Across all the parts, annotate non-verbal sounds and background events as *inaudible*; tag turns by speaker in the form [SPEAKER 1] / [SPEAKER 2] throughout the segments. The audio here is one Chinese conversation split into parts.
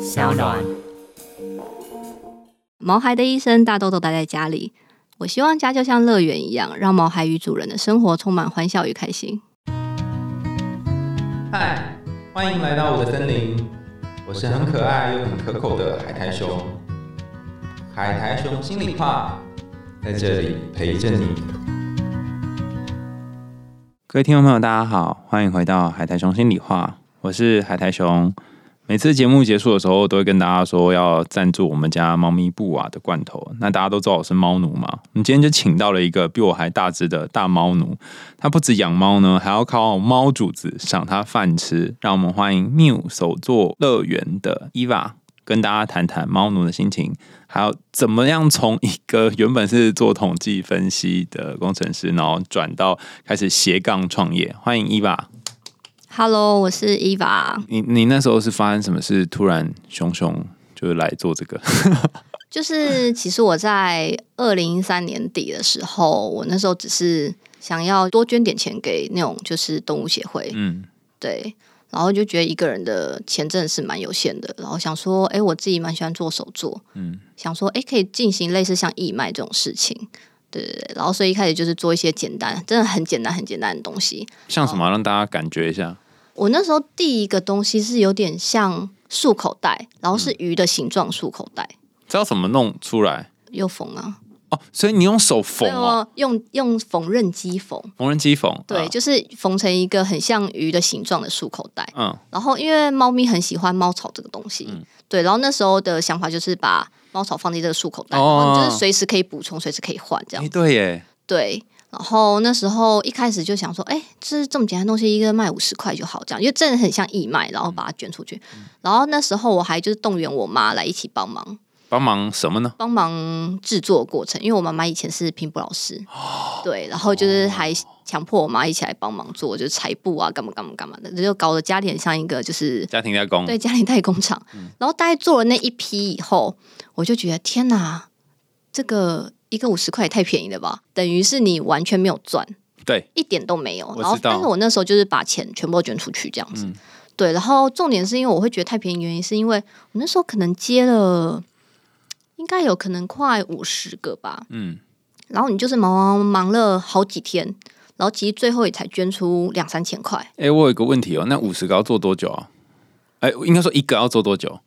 [SPEAKER 1] 小暖。
[SPEAKER 2] 毛孩的一生，大豆都待在家里。我希望家就像乐园一样，让毛孩与主人的生活充满欢笑与开心。
[SPEAKER 3] 嗨，欢迎来到我的森林，我是很可爱又很可口的海苔熊。海苔熊心里话，在这里陪着你。
[SPEAKER 4] 各位听众朋友，大家好，欢迎回到海苔熊心里话，我是海苔熊。每次节目结束的时候，都会跟大家说要赞助我们家猫咪布瓦的罐头。那大家都知道我是猫奴嘛，我们今天就请到了一个比我还大只的大猫奴。他不止养猫呢，还要靠猫主子赏他饭吃。让我们欢迎 New 手作乐园的伊娃，跟大家谈谈猫奴的心情，还有怎么样从一个原本是做统计分析的工程师，然后转到开始斜杠创业。欢迎伊娃。
[SPEAKER 2] Hello，我是伊娃。
[SPEAKER 4] 你你那时候是发生什么事？突然熊熊就是来做这个， *laughs*
[SPEAKER 2] 就是其实我在二零一三年底的时候，我那时候只是想要多捐点钱给那种就是动物协会，
[SPEAKER 4] 嗯，
[SPEAKER 2] 对，然后就觉得一个人的钱真的是蛮有限的，然后想说，哎，我自己蛮喜欢做手作，嗯，想说，哎，可以进行类似像义卖这种事情，对对对，然后所以一开始就是做一些简单，真的很简单很简单的东西。
[SPEAKER 4] 像什么啊让大家感觉一下？
[SPEAKER 2] 我那时候第一个东西是有点像束口袋，然后是鱼的形状束口袋，
[SPEAKER 4] 知道怎么弄出来
[SPEAKER 2] 又缝啊，
[SPEAKER 4] 哦？所以你用手缝哦，
[SPEAKER 2] 有啊用用缝纫机缝，
[SPEAKER 4] 缝纫机缝，
[SPEAKER 2] 对，
[SPEAKER 4] 啊
[SPEAKER 2] 就是缝成一个很像鱼的形状的束口袋。
[SPEAKER 4] 嗯，
[SPEAKER 2] 然后因为猫咪很喜欢猫草这个东西，对，然后那时候的想法就是把猫草放进这个束口袋，
[SPEAKER 4] 哦
[SPEAKER 2] 然后你就是随时可以补充，随时可以换这
[SPEAKER 4] 哎、
[SPEAKER 2] 样。
[SPEAKER 4] 对耶，
[SPEAKER 2] 对，然后那时候一开始就想说，哎，这这么简单的东西，一个卖五十块就好，这样，因为真的很像义卖，然后把它捐出去。然后那时候我还就是动员我妈来一起帮忙，
[SPEAKER 4] 帮忙什么呢？
[SPEAKER 2] 帮忙制作过程，因为我妈妈以前是拼布老师，对，然后就是还强迫我妈一起来帮忙做，就是裁布啊，干嘛干嘛干嘛的，这就搞得家里很像一个就是
[SPEAKER 4] 家庭代工，
[SPEAKER 2] 对家庭代工厂。
[SPEAKER 4] 嗯
[SPEAKER 2] 然后大概做了那一批以后，我就觉得天哪，这个一个五十块也太便宜了吧，等于是你完全没有赚，
[SPEAKER 4] 对，
[SPEAKER 2] 一点都没有。
[SPEAKER 4] 知
[SPEAKER 2] 然后，
[SPEAKER 4] 道嗯
[SPEAKER 2] 但是我那时候就是把钱全部都捐出去这样子。对，然后重点是因为我会觉得太便宜，原因是因为我那时候可能接了，应该有可能快五十个吧。
[SPEAKER 4] 嗯，
[SPEAKER 2] 然后你就是忙忙忙了好几天，然后其实最后也才捐出两三千块。
[SPEAKER 4] 哎、我有一个问题哦，那五十个要做多久啊？哎、应该说一个要做多久？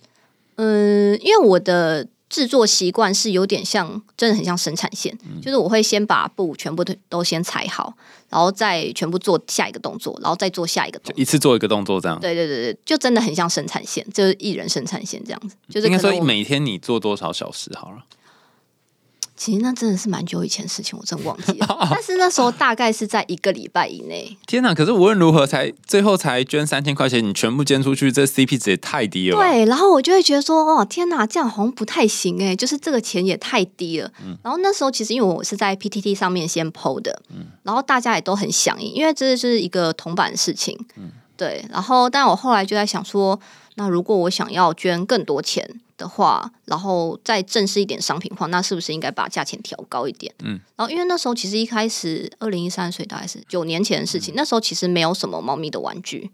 [SPEAKER 2] 嗯，因为我的制作习惯是有点像，真的很像生产线，
[SPEAKER 4] 嗯
[SPEAKER 2] 就是我会先把布全部都都先裁好，然后再全部做下一个动作，然后再做下一个动
[SPEAKER 4] 就
[SPEAKER 2] 作。
[SPEAKER 4] 一次做一个动作这样？
[SPEAKER 2] 对对对对，就真的很像生产线，就是艺人生产线这样子。就是
[SPEAKER 4] 应该
[SPEAKER 2] 可能
[SPEAKER 4] 说
[SPEAKER 2] 我
[SPEAKER 4] 每天你做多少小时好了？
[SPEAKER 2] 其实那真的是蛮久以前的事情，我真忘记
[SPEAKER 4] *laughs*
[SPEAKER 2] 了。但是那时候大概是在一个礼拜以内。
[SPEAKER 4] 天哪！可是无论如何才最后才捐三千块钱，你全部捐出去，这 CP 值也太低了吧？
[SPEAKER 2] 对，然后我就会觉得说，哦，天哪，这样好像不太行哎，就是这个钱也太低了。
[SPEAKER 4] 嗯
[SPEAKER 2] 然后那时候其实因为我是在 PTT 上面先 PO 的，
[SPEAKER 4] 嗯
[SPEAKER 2] 然后大家也都很响应，因为这是一个铜板事情。
[SPEAKER 4] 嗯
[SPEAKER 2] 对，然后但我后来就在想说，那如果我想要捐更多钱的话，然后再正式一点商品化，那是不是应该把价钱调高一点？嗯，然后因为那时候其实一开始二零一三，所以大概是九年前的事情，
[SPEAKER 4] 嗯
[SPEAKER 2] 那时候其实没有什么猫咪的玩具。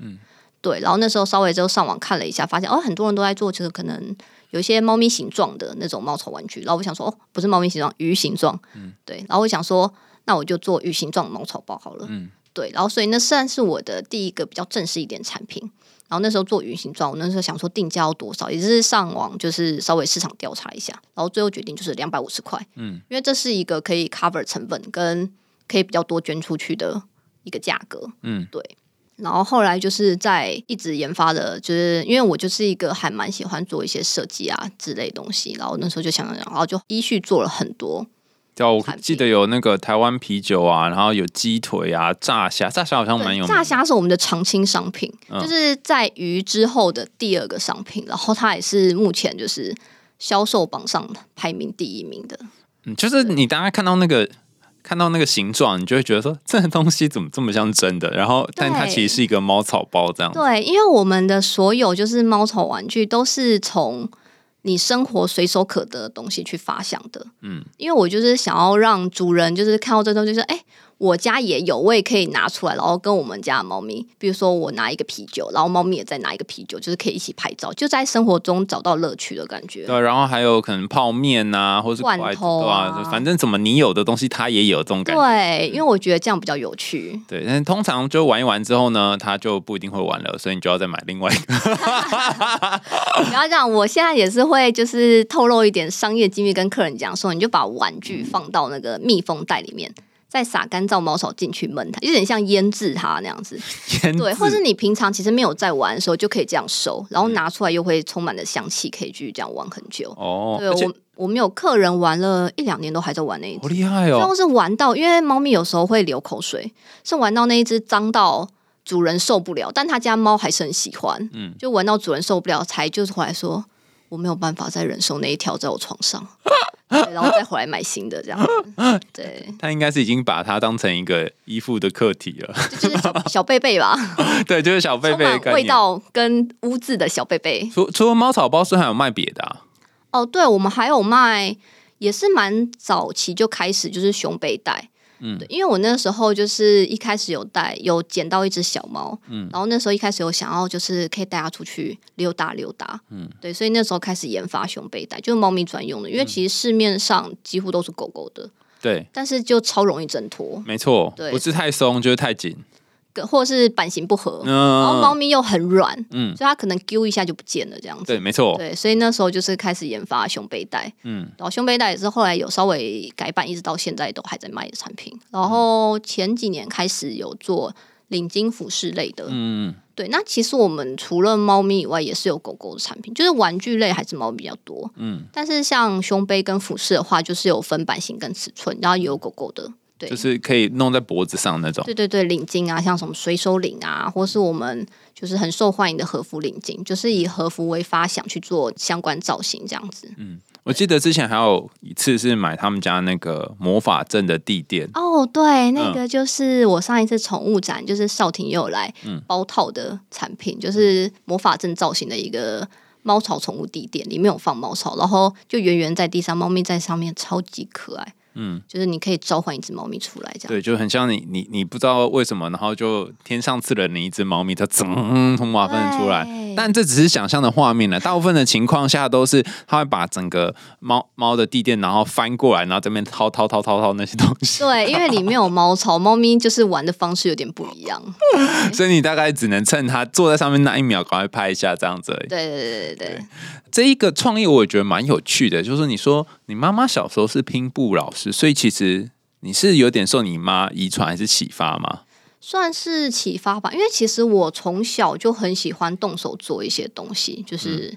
[SPEAKER 2] 对，然后那时候稍微就上网看了一下，发现哦，很多人都在做，就是可能有一些猫咪形状的那种猫草玩具。然后我想说，哦，不是猫咪形状，鱼形状，嗯，对。然后我想说，那我就做鱼形状的猫草包好了，
[SPEAKER 4] 嗯，
[SPEAKER 2] 对。然后所以那算是我的第一个比较正式一点产品。然后那时候做鱼形状，我那时候想说定价要多少，也是上网就是稍微市场调查一下，然后最后决定就是两百五十块，嗯，因为这是一个可以 cover 成本跟可以比较多捐出去的一个价格，然后后来就是在一直研发的，就是因为我就是一个还蛮喜欢做一些设计啊之类东西，然后那时候就想想，然后就依序做了很多。
[SPEAKER 4] 对啊，我
[SPEAKER 2] 产品
[SPEAKER 4] 记得有那个台湾啤酒啊，然后有鸡腿啊、炸虾，炸虾好像蛮有
[SPEAKER 2] 对，
[SPEAKER 4] 名
[SPEAKER 2] 炸
[SPEAKER 4] 的。
[SPEAKER 2] 虾是我们的常青商品，
[SPEAKER 4] 嗯
[SPEAKER 2] 就是在鱼之后的第二个商品，然后它也是目前就是销售榜上排名第一名的。
[SPEAKER 4] 嗯就是你大家看到那个看到那个形状，你就会觉得说这东西怎么这么像真的？然后，但它其实是一个猫草包这样。
[SPEAKER 2] 对，因为我们的所有就是猫草玩具都是从你生活随手可得的东西去发想的。嗯，因为我就是想要让主人就是看到这东西，就是哎，诶我家也有，我也可以拿出来，然后跟我们家的猫咪，比如说我拿一个啤酒，然后猫咪也在拿一个啤酒，就是可以一起拍照，就在生活中找到乐趣的感觉。
[SPEAKER 4] 对，啊然后还有可能泡面啊，或是
[SPEAKER 2] 罐
[SPEAKER 4] 可爱
[SPEAKER 2] 头啊
[SPEAKER 4] 对吧？反正怎么你有的东西，他也有这种感觉。嗯
[SPEAKER 2] 对，因为我觉得这样比较有趣。
[SPEAKER 4] 对，但是通常就玩一玩之后呢，他就不一定会玩了，所以你就要再买另外一个。
[SPEAKER 2] 不要这样，我现在也是会就是透露一点商业机密，跟客人讲说，你就把玩
[SPEAKER 4] 嗯
[SPEAKER 2] 具放到那个密封袋里面，再撒干燥毛草进去焖它，有点像腌制它那样子。
[SPEAKER 4] 腌
[SPEAKER 2] 对，
[SPEAKER 4] 制嗯
[SPEAKER 2] 或是你平常其实没有在玩的时候，就可以这样收，然后拿出来又会充满了香气，可以继续这样玩很久。
[SPEAKER 4] 哦，
[SPEAKER 2] 对
[SPEAKER 4] 而且
[SPEAKER 2] 我，我们有客人玩了一两年都还在玩那一只
[SPEAKER 4] 好，厉害
[SPEAKER 2] 最
[SPEAKER 4] 哦
[SPEAKER 2] 后！是玩到，因为猫咪有时候会流口水，是玩到那一只脏到主人受不了，但他家猫还是很喜欢，
[SPEAKER 4] 嗯
[SPEAKER 2] 就玩到主人受不了，才就是回来说我没有办法再忍受那一条在我床上，对，然后再回来买新的这样子，
[SPEAKER 4] *laughs*
[SPEAKER 2] 对，
[SPEAKER 4] 他应该是已经把它当成一个依附的课题了。 *laughs*
[SPEAKER 2] 这就是小小贝贝吧，
[SPEAKER 4] 对，就是小贝贝的
[SPEAKER 2] 充满
[SPEAKER 4] 概
[SPEAKER 2] 味
[SPEAKER 4] 念。
[SPEAKER 2] 道跟污渍的小贝贝。
[SPEAKER 4] 除除了猫草包，是还有卖别的啊？
[SPEAKER 2] 哦，对，我们还有卖，也是蛮早期就开始就是熊背带。
[SPEAKER 4] 嗯
[SPEAKER 2] 对，因为我那时候就是一开始有带，有捡到一只小猫，嗯，然后那时候一开始有想要就是可以带它出去溜达溜达，嗯，对，所以那时候开始研发熊背带，就是猫咪专用的，因
[SPEAKER 4] 嗯
[SPEAKER 2] 为其实市面上几乎都是狗狗的，
[SPEAKER 4] 对，
[SPEAKER 2] 但是就超容易挣脱，
[SPEAKER 4] 没错，
[SPEAKER 2] 对
[SPEAKER 4] 不是太松就是太紧。
[SPEAKER 2] 跟或者是版型不合，然后哦猫
[SPEAKER 4] 嗯，
[SPEAKER 2] 咪又很软，
[SPEAKER 4] 嗯
[SPEAKER 2] 所以它可能丢一下就不见了这样子，
[SPEAKER 4] 对，哦没错，
[SPEAKER 2] 对，所以那时候就是开始研发胸背带，
[SPEAKER 4] 嗯
[SPEAKER 2] 嗯，然后胸背带也是后来有稍微改版，一直到现在都还在卖的产品。然后前几年开始有做领巾服饰类的，
[SPEAKER 4] 嗯，
[SPEAKER 2] 对。那其实我们除了猫咪以外，也是有狗狗的产品，就是玩具类还是猫咪比较多，
[SPEAKER 4] 嗯
[SPEAKER 2] 嗯。但是像胸杯跟服饰的话，就是有分版型跟尺寸，然后也有狗狗的，对。
[SPEAKER 4] 就是可以弄在脖子上那种。
[SPEAKER 2] 对对对，领巾啊，像什么水手领啊，或是我们就是很受欢迎的和服领巾，就是以和服为发想去做相关造型这样子。
[SPEAKER 4] 我记得之前还有一次是买他们家那个魔法阵的地垫，
[SPEAKER 2] 哦，对，那
[SPEAKER 4] 嗯
[SPEAKER 2] 个就是我上一次宠物展，就是少廷又来
[SPEAKER 4] 嗯
[SPEAKER 2] 包套的产品，就是魔法阵造型的一个猫草宠物地垫，里面有放猫草，然后就圆圆在地上，猫咪在上面，超级可爱。
[SPEAKER 4] 嗯
[SPEAKER 2] 嗯，就是你可以召唤一只猫咪出来，这样
[SPEAKER 4] 对，就很像你你你不知道为什么，然后就天上赐了你一只猫咪，它怎么从马粪出来？
[SPEAKER 2] 对
[SPEAKER 4] 但这只是想象的画面了，大部分的情况下都是它会把整个猫猫的地垫，然后翻过来，然后这边掏掏掏掏掏那些东西，
[SPEAKER 2] 对，因为里面有猫草，猫咪就是玩的方式有点不一样。
[SPEAKER 4] 所以你大概只能趁它坐在上面那一秒，赶快拍一下这样子而已。
[SPEAKER 2] 对对对对对，
[SPEAKER 4] 这一个创意我也觉得蛮有趣的，就是你说你妈妈小时候是拼布老师，所以其实你是有点受你妈遗传还是启发吗？
[SPEAKER 2] 算是启发吧。因为其实我从小就很喜欢动手做一些东西，就是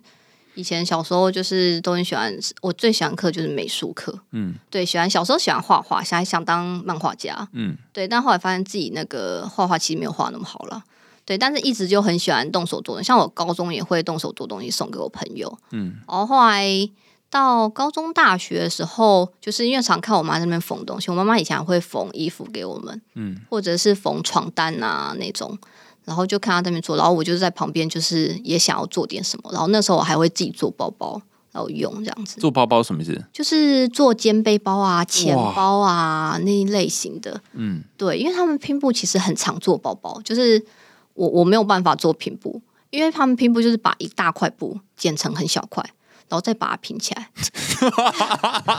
[SPEAKER 2] 以前小时候就是都很喜欢，我最喜欢课就是美术课，
[SPEAKER 4] 嗯
[SPEAKER 2] 嗯，对，喜欢小时候喜欢画画，现在想当漫画家，
[SPEAKER 4] 嗯
[SPEAKER 2] 嗯，对，但后来发现自己那个画画其实没有画那么好了。对，但是一直就很喜欢动手做像我高中也会动手做东西送给我朋友，
[SPEAKER 4] 嗯
[SPEAKER 2] 嗯，然后后来到高中、大学的时候，就是因为常看我妈在那边缝东西，我妈妈以前还会缝衣服给我们，
[SPEAKER 4] 嗯
[SPEAKER 2] 嗯，或者是缝床单啊那种，然后就看她在那边做，然后我就在旁边，就是也想要做点什么，然后那时候我还会自己做包包，然后用这样子，
[SPEAKER 4] 做包包什么意思？
[SPEAKER 2] 就是做肩背包啊、钱包啊那一类型的，
[SPEAKER 4] 嗯，
[SPEAKER 2] 对，因为他们拼布其实很常做包包，就是我我没有办法做拼布，因为他们拼布就是把一大块布剪成很小块，然后再把它拼起来。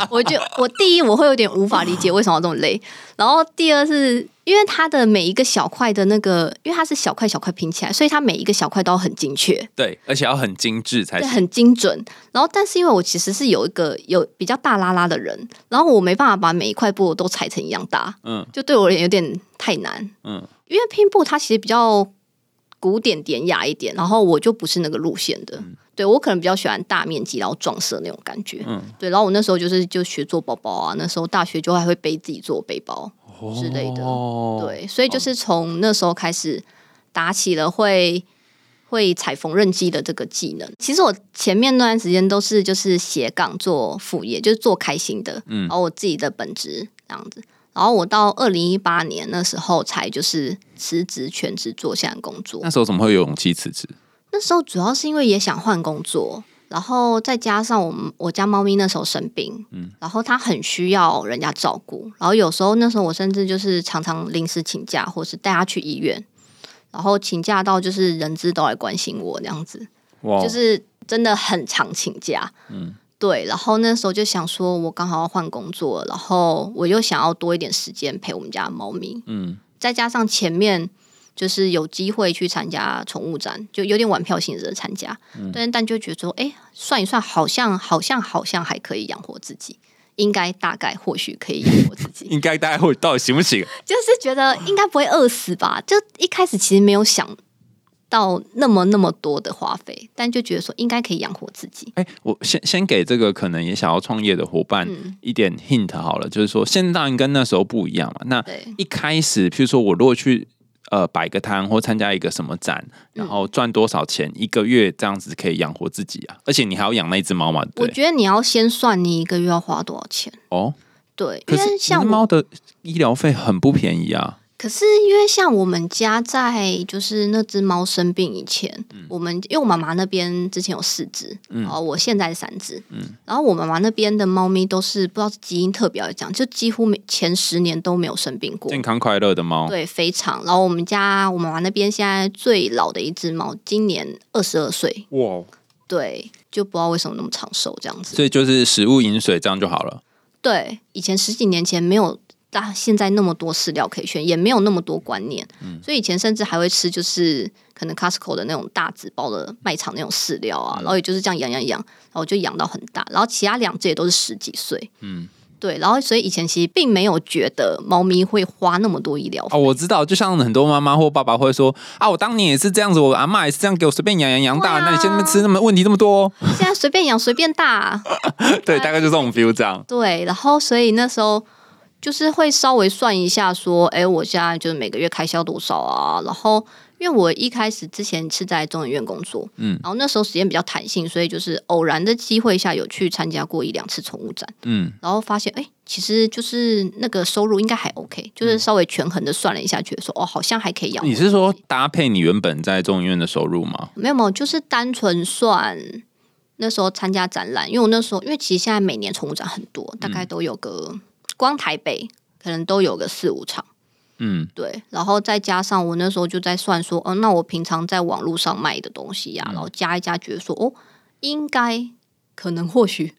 [SPEAKER 2] 我就我第一我会有点无法理解为什么要这么累，然后第二是因为它的每一个小块的那个，因为它是小块小块拼起来，所以它每一个小块都要很精确。
[SPEAKER 4] 对，而且要很精致才
[SPEAKER 2] 对，
[SPEAKER 4] 行。
[SPEAKER 2] 很精准。然后，但是因为我其实是有一个有比较大拉拉的人，然后我没办法把每一块布都裁成一样大，
[SPEAKER 4] 嗯
[SPEAKER 2] 就对我而言有点太难。
[SPEAKER 4] 嗯，
[SPEAKER 2] 因为拼布它其实比较古典典雅一点，然后我就不是那个路线的。对我可能比较喜欢大面积，然后撞色那种感觉。
[SPEAKER 4] 嗯
[SPEAKER 2] 对。然后我那时候就是就学做包包啊，那时候大学就还会背自己做背包。之类的
[SPEAKER 4] 哦，
[SPEAKER 2] 对，所以就是从那时候开始打起了会会踩缝纫机的这个技能。其实我前面那段时间都是就是斜杠做副业，就是做开心的，
[SPEAKER 4] 嗯
[SPEAKER 2] 然后我自己的本职这样子。然后我到二零一八年那时候才就是辞职全职做现在的工作
[SPEAKER 4] 那。时候怎么会有勇气辞职？
[SPEAKER 2] 那时候主要是因为也想换工作，然后再加上我们我家猫咪那时候生病，嗯，然后它很需要人家照顾，然后有时候那时候我甚至就是常常临时请假，或是带它去医院，然后请假到就是人资都来关心我那样子，
[SPEAKER 4] 哇，
[SPEAKER 2] 就是真的很常请假，
[SPEAKER 4] 嗯
[SPEAKER 2] 嗯，对。然后那时候就想说，我刚好要换工作，然后我又想要多一点时间陪我们家的猫咪，
[SPEAKER 4] 嗯
[SPEAKER 2] 再加上前面就是有机会去参加宠物展，就有点玩票性质的参加，但但就觉得说，哎、算一算，好像好像好像还可以养活自己，应该大概或许可以养活自己，
[SPEAKER 4] 应该大家会到底行不行？
[SPEAKER 2] 就是觉得应该不会饿死吧？就一开始其实没有想到那么那么多的花费，但就觉得说应该可以养活自己。
[SPEAKER 4] 哎、我先先给这个可能也想要创业的伙伴
[SPEAKER 2] 嗯
[SPEAKER 4] 一点 hint 好了，就是说现在当然跟那时候不一样嘛。那
[SPEAKER 2] 对
[SPEAKER 4] 一开始，譬如说我如果去呃摆个摊或参加一个什么展，然后赚多少钱一个月，这样子可以养活自己啊，而且你还要养那只猫嘛，
[SPEAKER 2] 我
[SPEAKER 4] 对不对
[SPEAKER 2] 觉得你要先算你一个月要花多少钱，
[SPEAKER 4] 哦。
[SPEAKER 2] 对，
[SPEAKER 4] 可
[SPEAKER 2] 因
[SPEAKER 4] 是
[SPEAKER 2] 为像
[SPEAKER 4] 你的
[SPEAKER 2] 我
[SPEAKER 4] 猫的医疗费很不便宜啊，
[SPEAKER 2] 可是因为像我们家在就是那只猫生病以前，
[SPEAKER 4] 嗯
[SPEAKER 2] 我们因为我妈妈那边之前有四只，然后我现在是三只，
[SPEAKER 4] 嗯
[SPEAKER 2] 然后我妈妈那边的猫咪都是不知道是基因特别还是怎样，就几乎每前十年都没有生病过
[SPEAKER 4] 健，康快乐的猫，
[SPEAKER 2] 对，非常。然后我们家我妈妈那边现在最老的一只猫，今年二十二岁，
[SPEAKER 4] 哇，哦
[SPEAKER 2] 对，就不知道为什么那么长寿这样子。
[SPEAKER 4] 所以就是食物饮水这样就好了。
[SPEAKER 2] 对，以前十几年前没有大现在那么多饲料可以选，也没有那么多观念，
[SPEAKER 4] 嗯
[SPEAKER 2] 所以以前甚至还会吃就是可能 Costco 的那种大纸包的卖场那种饲料
[SPEAKER 4] 嗯
[SPEAKER 2] 啊，然后也就是这样养养养，然后就养到很大，然后其他两只也都是十几岁，
[SPEAKER 4] 嗯
[SPEAKER 2] 嗯。对，然后所以以前其实并没有觉得猫咪会花那么多医疗费
[SPEAKER 4] 哦，我知道，就像很多妈妈或爸爸会说啊，我当年也是这样子，我阿嬷也是这样给我随便养养养大，
[SPEAKER 2] 对啊
[SPEAKER 4] 那你现在吃那么问题那么多，哦
[SPEAKER 2] 现在随便养随便大，
[SPEAKER 4] *laughs*
[SPEAKER 2] 啊
[SPEAKER 4] 对，大概就这种 feel 这样。
[SPEAKER 2] 对，然后所以那时候就是会稍微算一下，说，哎，我现在就是每个月开销多少啊？然后因为我一开始之前是在中研院工作，
[SPEAKER 4] 嗯
[SPEAKER 2] 嗯，然后那时候时间比较弹性，所以就是偶然的机会下有去参加过一两次宠物展，
[SPEAKER 4] 嗯，
[SPEAKER 2] 然后发现，哎，其实就是那个收入应该还 OK，就是稍微权衡的算了一下，觉得说，哦，好像还可以养活。
[SPEAKER 4] 你 *laughs* 是说搭配你原本在众议院的收入吗？
[SPEAKER 2] 没有没有，就是单纯算那时候参加展览，因为我那时候因为其实现在每年宠物展很多，大概都有个、光台北可能都有个四五场，
[SPEAKER 4] 嗯，
[SPEAKER 2] 对，然后再加上我那时候就在算说，哦，那我平常在网络上卖的东西呀、然后加一加，觉得说哦，应该可能或许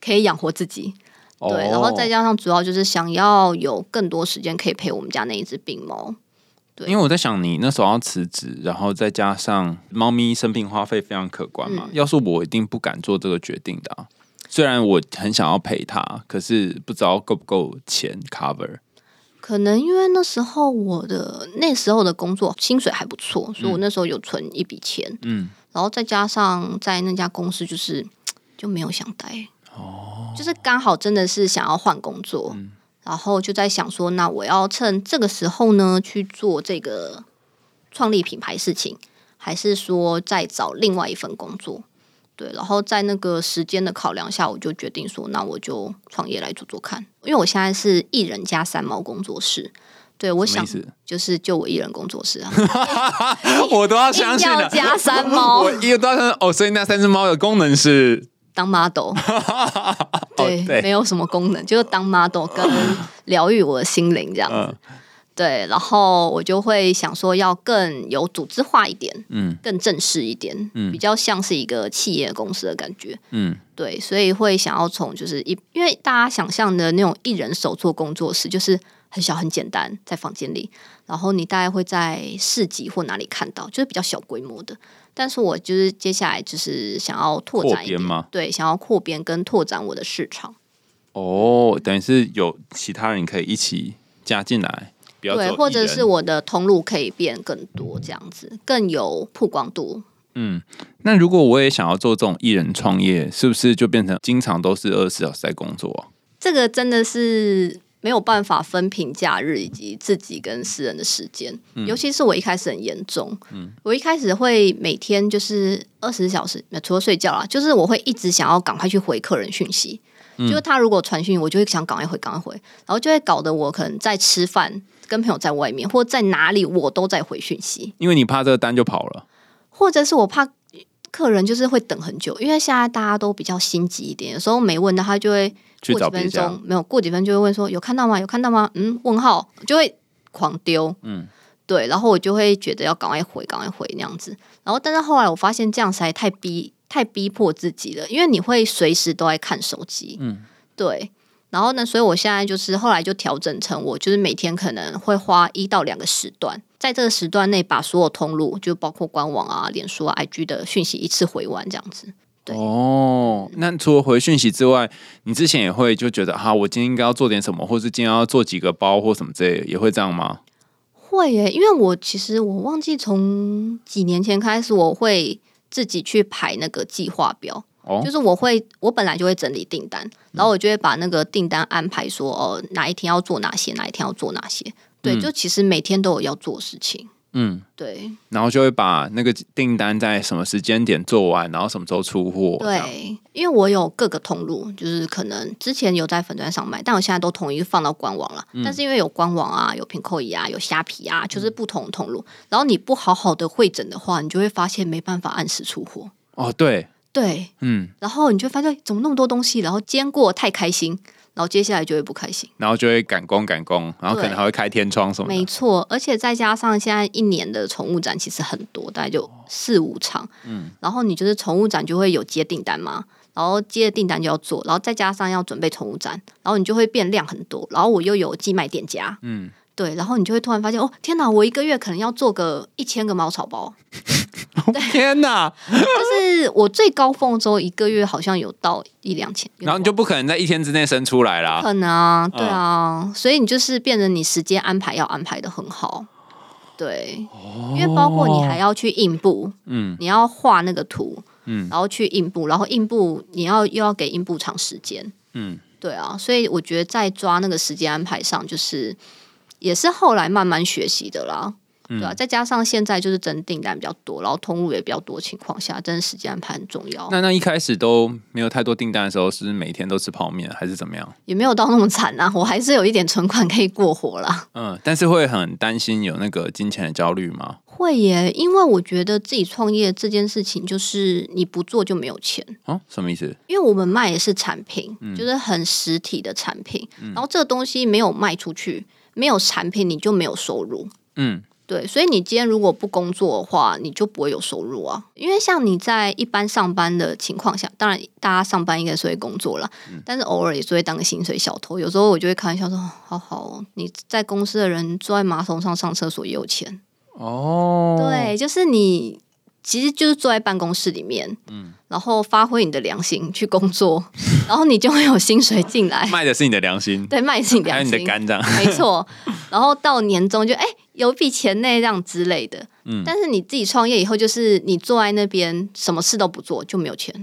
[SPEAKER 2] 可以养活自己，对，然后再
[SPEAKER 4] 哦
[SPEAKER 2] 加上主要就是想要有更多时间可以陪我们家那一只病猫，对
[SPEAKER 4] 因为我在想，你那时候要辞职，然后再加上猫咪生病花费非常可观
[SPEAKER 2] 嗯
[SPEAKER 4] 嘛，要是我一定不敢做这个决定的啊、虽然我很想要陪它，可是不知道够不够钱 cover。 *laughs*
[SPEAKER 2] 可能因为那时候我的那时候的工作薪水还不错，所以我那时候有存一笔钱，
[SPEAKER 4] 嗯，
[SPEAKER 2] 然后再加上在那家公司就是就没有想待，哦，就是刚好真的是想要换工作，
[SPEAKER 4] 嗯
[SPEAKER 2] 然后就在想说，那我要趁这个时候呢去做这个创立品牌事情，还是说再找另外一份工作？对，然后在那个时间的考量下，我就决定说，那我就创业来做做看，因为我现在是艺人加三毛工作室。对，我
[SPEAKER 4] 什
[SPEAKER 2] 想
[SPEAKER 4] 么意思？
[SPEAKER 2] 就是就我一人工作室啊，
[SPEAKER 4] 我都要
[SPEAKER 2] 一
[SPEAKER 4] 相
[SPEAKER 2] 定
[SPEAKER 4] 信
[SPEAKER 2] 要
[SPEAKER 4] 了。
[SPEAKER 2] 加三毛，
[SPEAKER 4] *laughs* 我一个大声哦，所以那三只猫的功能是
[SPEAKER 2] 当 model，对，
[SPEAKER 4] 哦对
[SPEAKER 2] 没有什么功能，就是当 model 跟疗愈我的心灵这样子。
[SPEAKER 4] 嗯
[SPEAKER 2] 对，然后我就会想说要更有组织化一点，
[SPEAKER 4] 嗯
[SPEAKER 2] 更正式一点，
[SPEAKER 4] 嗯
[SPEAKER 2] 比较像是一个企业公司的感觉。
[SPEAKER 4] 嗯
[SPEAKER 2] 对，所以会想要从就是一，因为大家想象的那种一人手做工作室，就是很小很简单，在房间里，然后你大概会在市集或哪里看到，就是比较小规模的。但是我就是接下来就是想要拓
[SPEAKER 4] 扩
[SPEAKER 2] 展一
[SPEAKER 4] 编
[SPEAKER 2] 点
[SPEAKER 4] 吗
[SPEAKER 2] 对，想要扩编跟拓展我的市场。
[SPEAKER 4] 哦，等于是有其他人可以一起加进来，不要
[SPEAKER 2] 对，
[SPEAKER 4] 走
[SPEAKER 2] 或
[SPEAKER 4] 一
[SPEAKER 2] 者
[SPEAKER 4] 人
[SPEAKER 2] 是我的通路可以变更多，这样子更有曝光度。
[SPEAKER 4] 嗯，那如果我也想要做这种艺人创业，是不是就变成经常都是二十四小时在工作、啊？
[SPEAKER 2] 这个真的是没有办法分评假日以及自己跟私人的时间，
[SPEAKER 4] 嗯
[SPEAKER 2] 尤其是我一开始很严重，我一开始会每天就是二十小时，呃除了睡觉啦，就是我会一直想要赶快去回客人讯息。
[SPEAKER 4] 嗯
[SPEAKER 2] 就是他如果传讯，我就会想赶快回，赶快回，然后就会搞得我可能在吃饭、跟朋友在外面，或在哪里，我都在回讯息，
[SPEAKER 4] 因为你怕这个单就跑了，
[SPEAKER 2] 或者是我怕客人就是会等很久，因为现在大家都比较心急一点，有时候没问到他就会
[SPEAKER 4] 去
[SPEAKER 2] 过
[SPEAKER 4] 找
[SPEAKER 2] 几
[SPEAKER 4] 别
[SPEAKER 2] 分
[SPEAKER 4] 家
[SPEAKER 2] 钟，没有过几分钟就会问说有看到吗？有看到吗？嗯，问号就会狂丢，
[SPEAKER 4] 嗯，
[SPEAKER 2] 对，然后我就会觉得要赶快回，赶快回那样子。然后，但是后来我发现这样实在太逼太逼迫自己了，因为你会随时都在看手机，
[SPEAKER 4] 嗯，
[SPEAKER 2] 对。然后呢，所以我现在就是后来就调整成我就是每天可能会花一到两个时段，在这个时段内把所有通路，就包括官网啊、脸书啊、IG 的讯息一次回完这样子。对
[SPEAKER 4] 哦，那除了回讯息之外，你之前也会就觉得啊，我今天应该要做点什么，或是今天要做几个包或什么之类的，也会这样吗？
[SPEAKER 2] 会耶，因为我其实我忘记从几年前开始，我会自己去排那个计划表，
[SPEAKER 4] 哦嗯
[SPEAKER 2] 就是我会我本来就会整理订单，然后我就会把那个订单安排说哦哪一天要做哪些，哪一天要做哪些。对，
[SPEAKER 4] 嗯
[SPEAKER 2] 就其实每天都有要做的事情。
[SPEAKER 4] 嗯，
[SPEAKER 2] 对
[SPEAKER 4] 然后就会把那个订单在什么时间点做完，然后什么时候出货，这样，
[SPEAKER 2] 对，因为我有各个通路，就是可能之前有在粉砖上卖，但我现在都统一放到官网
[SPEAKER 4] 嗯
[SPEAKER 2] 了。但是因为有官网啊，有品扣仪啊，有虾皮啊，就是不同的通路。然后你不好好的会诊的话，你就会发现没办法按时出货。
[SPEAKER 4] 哦，对，
[SPEAKER 2] 对，
[SPEAKER 4] 嗯，
[SPEAKER 2] 然后你就会发现哎怎么那么多东西，然后今天过得太开心，然后接下来就会不开心。
[SPEAKER 4] 然后就会赶工赶工，然后可能
[SPEAKER 2] 对
[SPEAKER 4] 还会开天窗什么
[SPEAKER 2] 没
[SPEAKER 4] 的，
[SPEAKER 2] 错，而且再加上现在一年的宠物展其实很多，大概
[SPEAKER 4] 哦
[SPEAKER 2] 就四五场。嗯，然后你就是宠物展就会有接订单嘛，然后接的订单就要做，然后再加上要准备宠物展，然后你就会变量很多，然后我又有寄卖店家， *laughs*
[SPEAKER 4] 嗯，
[SPEAKER 2] 对，然后你就会突然发现哦，天哪，我一个月可能要做个一千个猫草包，
[SPEAKER 4] 天哪！
[SPEAKER 2] 就是我最高峰的时候一个月好像有到一两千，
[SPEAKER 4] 然后你就不可能在一天之内生出来啦。
[SPEAKER 2] 可能
[SPEAKER 4] 嗯
[SPEAKER 2] 啊，对啊，所以你就是变成你时间安排要安排的很好，对，因为包括你还要去印布，
[SPEAKER 4] 哦嗯，
[SPEAKER 2] 你要画那个图，
[SPEAKER 4] 嗯，
[SPEAKER 2] 然后去印布，然后印布你要又要给印布厂时间，
[SPEAKER 4] 嗯，
[SPEAKER 2] 对啊，所以我觉得在抓那个时间安排上，就是也是后来慢慢学习的啦。
[SPEAKER 4] 嗯
[SPEAKER 2] 对啊，再加上现在就是真订单比较多，然后通路也比较多的情况下，真的时间安排很重要，
[SPEAKER 4] 那那一开始都没有太多订单的时候，是每天都吃泡面还是怎么样？
[SPEAKER 2] 也没有到那么惨啊，我还是有一点存款可以过活啦。
[SPEAKER 4] 嗯，但是会很担心有那个金钱的焦虑吗？
[SPEAKER 2] 会耶，因为我觉得自己创业这件事情，就是你不做就没有钱。
[SPEAKER 4] 哦，什么意思？
[SPEAKER 2] 因为我们卖的是产品，就是很实体的产品，然后这个东西没有卖出去，没有产品你就没有收入。
[SPEAKER 4] 嗯，
[SPEAKER 2] 对，所以你今天如果不工作的话，你就不会有收入啊。因为像你在一般上班的情况下，当然大家上班应该是会工作啦，但是偶尔也是会当个薪水小偷。有时候我就会开玩笑说：“哦好好哦，你在公司的人坐在马桶上上厕所也有钱。”
[SPEAKER 4] 哦，，
[SPEAKER 2] 对，就是你其实就是坐在办公室里面，
[SPEAKER 4] 嗯
[SPEAKER 2] 然后发挥你的良心去工作， *laughs* 然后你就会有薪水进来，
[SPEAKER 4] 卖的是你的良心，
[SPEAKER 2] 对，卖自己
[SPEAKER 4] 还有
[SPEAKER 2] 良
[SPEAKER 4] 你的
[SPEAKER 2] 心，
[SPEAKER 4] 肝脏。
[SPEAKER 2] 没错。然后到年终就哎、有一笔钱内这样之类的，
[SPEAKER 4] 嗯
[SPEAKER 2] 但是你自己创业以后，就是你坐在那边什么事都不做，就没有钱，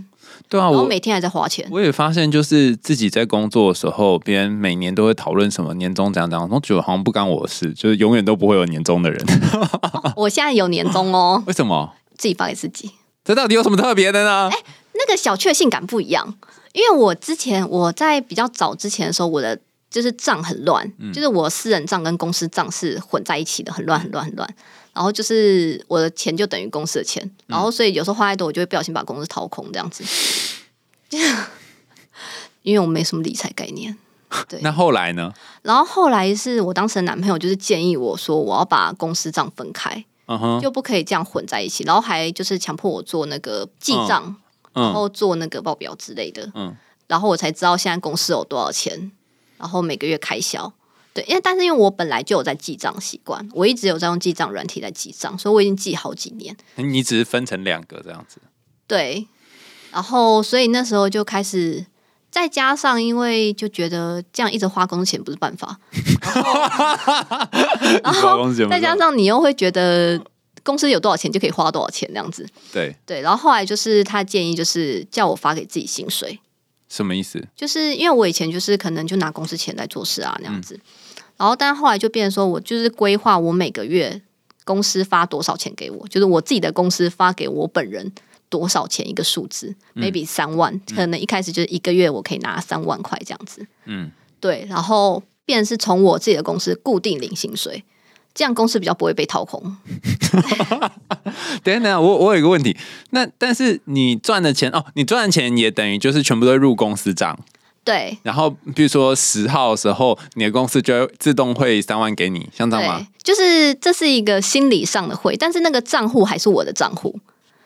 [SPEAKER 4] 对啊，
[SPEAKER 2] 然后
[SPEAKER 4] 我
[SPEAKER 2] 每天还在花钱。
[SPEAKER 4] 我也发现，就是自己在工作的时候，别人每年都会讨论什么年终怎样怎样，我觉得好像不干我的事，就是永远都不会有年终的人。
[SPEAKER 2] *laughs*
[SPEAKER 4] 啊
[SPEAKER 2] 我现在有年终哦，
[SPEAKER 4] 为什么？
[SPEAKER 2] 自己发给自己。
[SPEAKER 4] 这到底有什么特别的
[SPEAKER 2] 哎
[SPEAKER 4] 呢？
[SPEAKER 2] 那个小确幸感不一样，因为我之前我在比较早之前的时候，我的就是账很乱，
[SPEAKER 4] 嗯
[SPEAKER 2] 就是我私人账跟公司账是混在一起的，很乱很乱很乱。然后就是我的钱就等于公司的钱，
[SPEAKER 4] 嗯
[SPEAKER 2] 然后所以有时候花太多，我就会不小心把公司掏空这样子， *laughs* 因为我没什么理财概念。对
[SPEAKER 4] 那后来呢？
[SPEAKER 2] 然后后来是我当时的男朋友就是建议我说，我要把公司账分开，
[SPEAKER 4] 嗯哼，
[SPEAKER 2] 就不可以这样混在一起，然后还就是强迫我做那个记账。然
[SPEAKER 4] 嗯
[SPEAKER 2] 后做那个报表之类的，
[SPEAKER 4] 嗯
[SPEAKER 2] 然后我才知道现在公司有多少钱，然后每个月开销。对，因为但是因为我本来就有在记账习惯，我一直有在用记账软体在记账，所以我已经记好几年。
[SPEAKER 4] 你只是分成两个这样子。
[SPEAKER 2] 对，然后所以那时候就开始，再加上因为就觉得这样一直花公司钱不是办法，然
[SPEAKER 4] 你花
[SPEAKER 2] 后
[SPEAKER 4] 公司钱不是办法
[SPEAKER 2] 再加上你又会觉得公司有多少钱就可以花多少钱那样子。
[SPEAKER 4] 对，
[SPEAKER 2] 对，然后后来就是他建议就是叫我发给自己薪水，
[SPEAKER 4] 什么意思？
[SPEAKER 2] 就是因为我以前就是可能就拿公司钱来做事啊那样子，然后但后来就变成说我就是规划我每个月公司发多少钱给我，就是我自己的公司发给我本人多少钱一个数字、m a y b e 三万，可能一开始就是一个月我可以拿三万块这样子，
[SPEAKER 4] 嗯，
[SPEAKER 2] 对，然后变成是从我自己的公司固定领薪水，这样公司比较不会被掏空。
[SPEAKER 4] 等一下等一下，我我有一个问题，那但是你赚的钱哦，你赚的钱也等于就是全部都会入公司账，
[SPEAKER 2] 对，
[SPEAKER 4] 然后比如说十号的时候，你的公司就会自动汇三万给你，像这样
[SPEAKER 2] 对
[SPEAKER 4] 吗？，
[SPEAKER 2] 就是这是一个心理上的会，但是那个账户还是我的账户，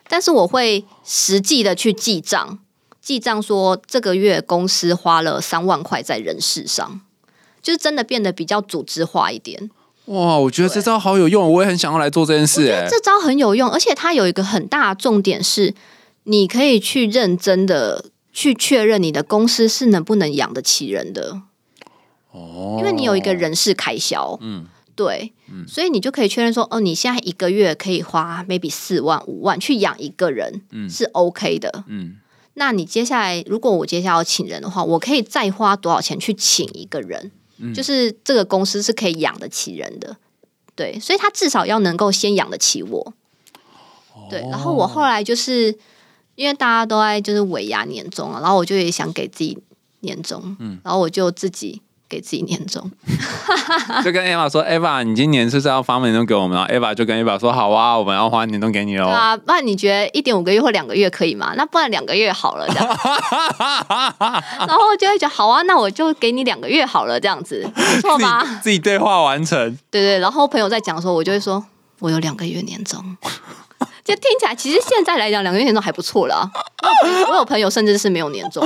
[SPEAKER 2] 但是我会实际的去记账，记账说这个月公司花了三万块在人事上，就是真的变得比较组织化一点。
[SPEAKER 4] 哇，我觉得这招好有用，我也很想要来做这件事、哎，
[SPEAKER 2] 这招很有用，而且它有一个很大的重点是，你可以去认真的去确认你的公司是能不能养得起人的。
[SPEAKER 4] 哦
[SPEAKER 2] 因为你有一个人事开销，嗯，对，所以你就可以确认说，哦，你现在一个月可以花 maybe 四万五万去养一个人，嗯，是 OK 的，
[SPEAKER 4] 嗯
[SPEAKER 2] 嗯。那你接下来，如果我接下来要请人的话，我可以再花多少钱去请一个人？就是这个公司是可以养得起人的，对，所以他至少要能够先养得起我，对。然后我后来就是因为大家都在就是尾牙年终了，然后我就也想给自己年终，嗯，然后我就自己给自己年终，
[SPEAKER 4] 欸就跟 Eva 说，Eva，你今年是不是要发年终给我们？然后 Eva 就跟 Eva 说，好啊，我们要发年终给你哦喽
[SPEAKER 2] 对。啊，不然你觉得一点五个月或两个月可以吗？那不然两个月好了，这样。然后我就会觉得好啊，那我就给你两个月好了，这样子，没错
[SPEAKER 4] 自己
[SPEAKER 2] 吧？
[SPEAKER 4] 自己对话完成，
[SPEAKER 2] 对对。然后朋友在讲的时候，我就会说我有两个月年终， *laughs* 就听起来其实现在来讲，两个月年终还不错了。我有朋友甚至是没有年终，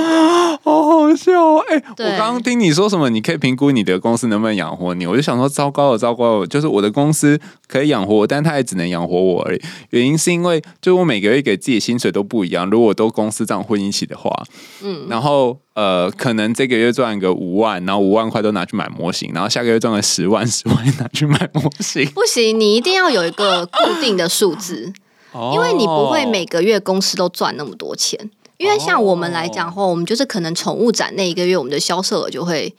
[SPEAKER 4] 好好笑哦！哎、
[SPEAKER 2] 对
[SPEAKER 4] 我刚刚听你说什么，你可以评估你的公司能不能养活你，我就想说，糟糕了，糟糕了，就是我的公司可以养活我，但它也只能养活我而已。原因是因为，就我每个月给自己的薪水都不一样，如果我都公司这样混一起的话，嗯，然后呃，可能这个月赚个五万，然后五万块都拿去买模型，然后下个月赚个十万，十万也拿去买模型，
[SPEAKER 2] 不行，你一定要有一个固定的数字。因为你不会每个月公司都赚那么多钱。因为像我们来讲的话，我们就是可能宠物展那一个月，我们的销售额就会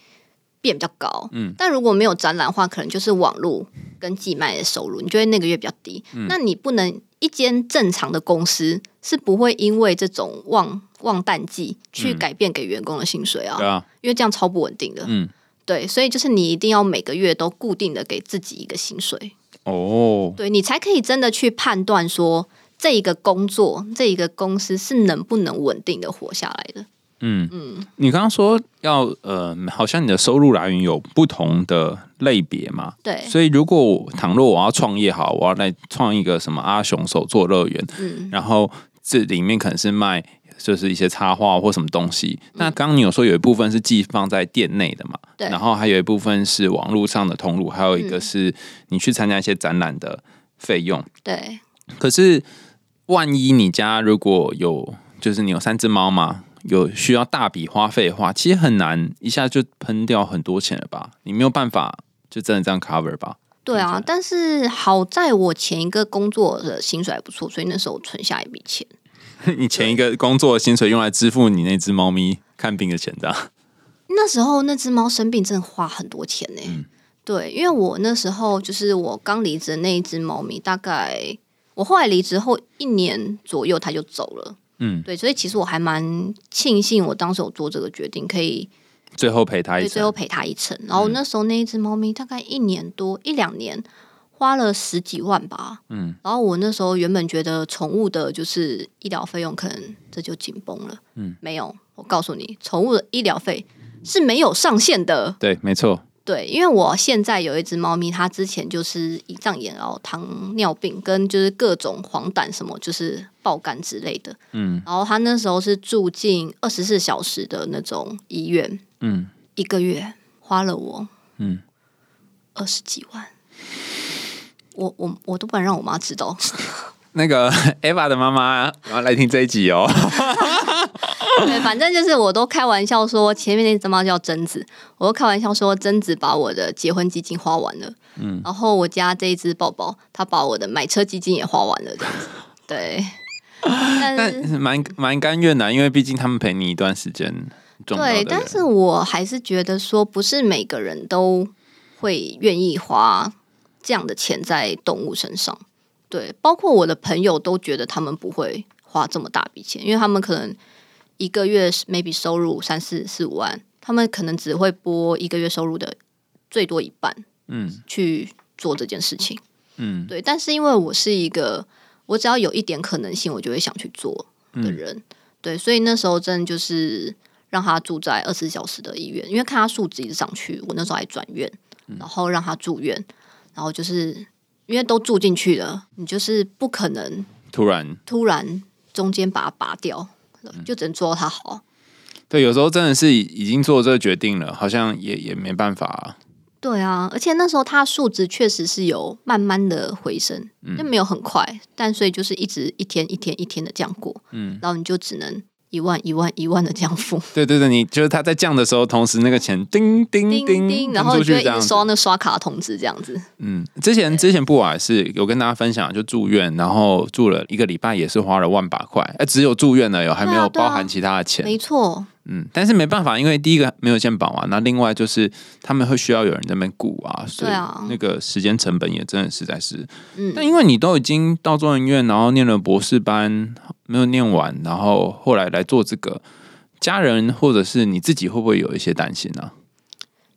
[SPEAKER 2] 变比较高。嗯，但如果没有展览的话，可能就是网络跟寄卖的收入，你就会那个月比较低。那你不能一间正常的公司是不会因为这种旺旺淡季去改变给员工的薪水啊，
[SPEAKER 4] 对啊，
[SPEAKER 2] 因为这样超不稳定的。
[SPEAKER 4] 嗯，
[SPEAKER 2] 对，所以就是你一定要每个月都固定的给自己一个薪水。
[SPEAKER 4] 哦，
[SPEAKER 2] 对你才可以真的去判断说这一个工作、这一个公司是能不能稳定的活下来的。
[SPEAKER 4] 嗯嗯，你刚刚说要呃，好像你的收入来源有不同的类别嘛，
[SPEAKER 2] 对，
[SPEAKER 4] 所以如果我倘若我要创业，好，我要来创一个什么阿雄手作乐园，
[SPEAKER 2] 嗯，
[SPEAKER 4] 然后这里面可能是卖就是一些插画或什么东西。那刚刚你有说有一部分是寄放在店内的嘛，
[SPEAKER 2] 嗯对嗯
[SPEAKER 4] 然后还有一部分是网络上的通路，还有一个是你去参加一些展览的费用。
[SPEAKER 2] 对，
[SPEAKER 4] 可是，万一你家如果有，就是你有三只猫嘛，有需要大笔花费的话，其实很难一下就喷掉很多钱了吧？你没有办法就真的这样 cover 吧？ *laughs*
[SPEAKER 2] 对啊。但是好在我前一个工作的薪水还不错，所以那时候我存下一笔钱。
[SPEAKER 4] 你前一个工作的薪水用来支付你那只猫咪看病的钱的啊，
[SPEAKER 2] 那时候那只猫生病，真的花很多钱呢、
[SPEAKER 4] 嗯
[SPEAKER 2] 对，因为我那时候就是我刚离职的那一只猫咪，大概我后来离职后一年左右它就走了。
[SPEAKER 4] 嗯
[SPEAKER 2] 对，所以其实我还蛮庆幸我当时有做这个决定，可以
[SPEAKER 4] 最后陪它
[SPEAKER 2] 对，
[SPEAKER 4] 一
[SPEAKER 2] 最
[SPEAKER 4] 程嗯
[SPEAKER 2] 后。陪它一程。然后那时候那一只猫咪大概一年多一两年，花了十几万吧。
[SPEAKER 4] 嗯，
[SPEAKER 2] 然后我那时候原本觉得宠物的就是医疗费用可能这就紧绷了。嗯，没有，我告诉你，宠物的医疗费是没有上限的。
[SPEAKER 4] 对，没错。
[SPEAKER 2] 对，因为我现在有一只猫咪，它之前就是胰脏炎，然后糖尿病跟就是各种黄疸什么，就是爆肝之类的。
[SPEAKER 4] 嗯
[SPEAKER 2] 然后它那时候是住进二十四小时的那种医院。
[SPEAKER 4] 嗯，
[SPEAKER 2] 一个月花了我
[SPEAKER 4] 嗯
[SPEAKER 2] 二十几万，我我我都不敢让我妈知道，
[SPEAKER 4] 那个 *laughs* Eva 的妈妈然后来听这一集哦。
[SPEAKER 2] 对，反正就是我都开玩笑说前面那只猫叫贞子，我都开玩笑说贞子把我的结婚基金花完了，嗯，然后我家这一只宝宝，它把我的买车基金也花完了，这样子，对，但
[SPEAKER 4] 但
[SPEAKER 2] 是。
[SPEAKER 4] *laughs* 蛮蛮甘愿的啊，因为毕竟他们陪你一段时间重要的
[SPEAKER 2] 对，
[SPEAKER 4] 人。
[SPEAKER 2] 但是我还是觉得说，不是每个人都会愿意花这样的钱在动物身上。对，包括我的朋友都觉得他们不会花这么大笔钱，因为他们可能一个月 maybe 收入三四四五万，他们可能只会拨一个月收入的最多一半
[SPEAKER 4] 嗯
[SPEAKER 2] 去做这件事情。
[SPEAKER 4] 嗯
[SPEAKER 2] 对，但是因为我是一个，我只要有一点可能性，我就会想去做的人。对，所以那时候真的就是让他住在二十四小时的医院，因为看他数值一直上去，我那时候还转院，然后让他住院，然后就是因为都住进去了，你就是不可能
[SPEAKER 4] 突然
[SPEAKER 2] 突然中间把它拔掉，就只能做到他好。啊
[SPEAKER 4] 对，有时候真的是已已经做这个决定了，好像也也没办法、啊。
[SPEAKER 2] 对啊，而且那时候他的数值确实是有慢慢的回升，就没有很快，但所以就是一直一天一天一天的这样过，嗯，然后你就只能一万一万一万的这样付，
[SPEAKER 4] 对对对，你就是他在降的时候，同时那个钱叮叮
[SPEAKER 2] 叮
[SPEAKER 4] 叮
[SPEAKER 2] 叮，
[SPEAKER 4] 弹
[SPEAKER 2] 然后
[SPEAKER 4] 出
[SPEAKER 2] 你就
[SPEAKER 4] 去
[SPEAKER 2] 会一
[SPEAKER 4] 这样
[SPEAKER 2] 直
[SPEAKER 4] 子
[SPEAKER 2] 收到那刷卡通知这样子，
[SPEAKER 4] 嗯，之前之前布瓦是有跟大家分享，就住院，然后住了一个礼拜，也是花了万把块，哎、只有住院了，有还没有
[SPEAKER 2] 对啊
[SPEAKER 4] 包含其他的钱。
[SPEAKER 2] 没错，
[SPEAKER 4] 嗯，但是没办法，因为第一个没有健保啊，那另外就是他们会需要有人在那边顾啊，所以
[SPEAKER 2] 对啊
[SPEAKER 4] 那个时间成本也真的实在是。
[SPEAKER 2] 嗯
[SPEAKER 4] 但因为你都已经到中研院，然后念了博士班，没有念完，然后后来来做这个，家人或者是你自己会不会有一些担心啊？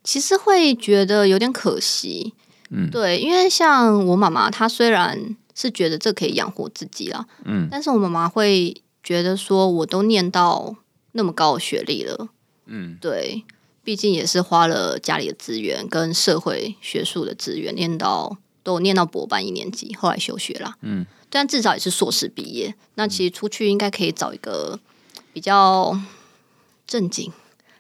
[SPEAKER 2] 其实会觉得有点可惜，
[SPEAKER 4] 嗯
[SPEAKER 2] 对，因为像我妈妈，她虽然是觉得这可以养活自己啦，
[SPEAKER 4] 嗯
[SPEAKER 2] 但是我妈妈会觉得说，我都念到那么高的学历了，
[SPEAKER 4] 嗯，
[SPEAKER 2] 对，毕竟也是花了家里的资源跟社会学术的资源，念到都有念到博班一年级，后来休学啦。
[SPEAKER 4] 嗯，，
[SPEAKER 2] 但至少也是硕士毕业。那其实出去应该可以找一个比较正经、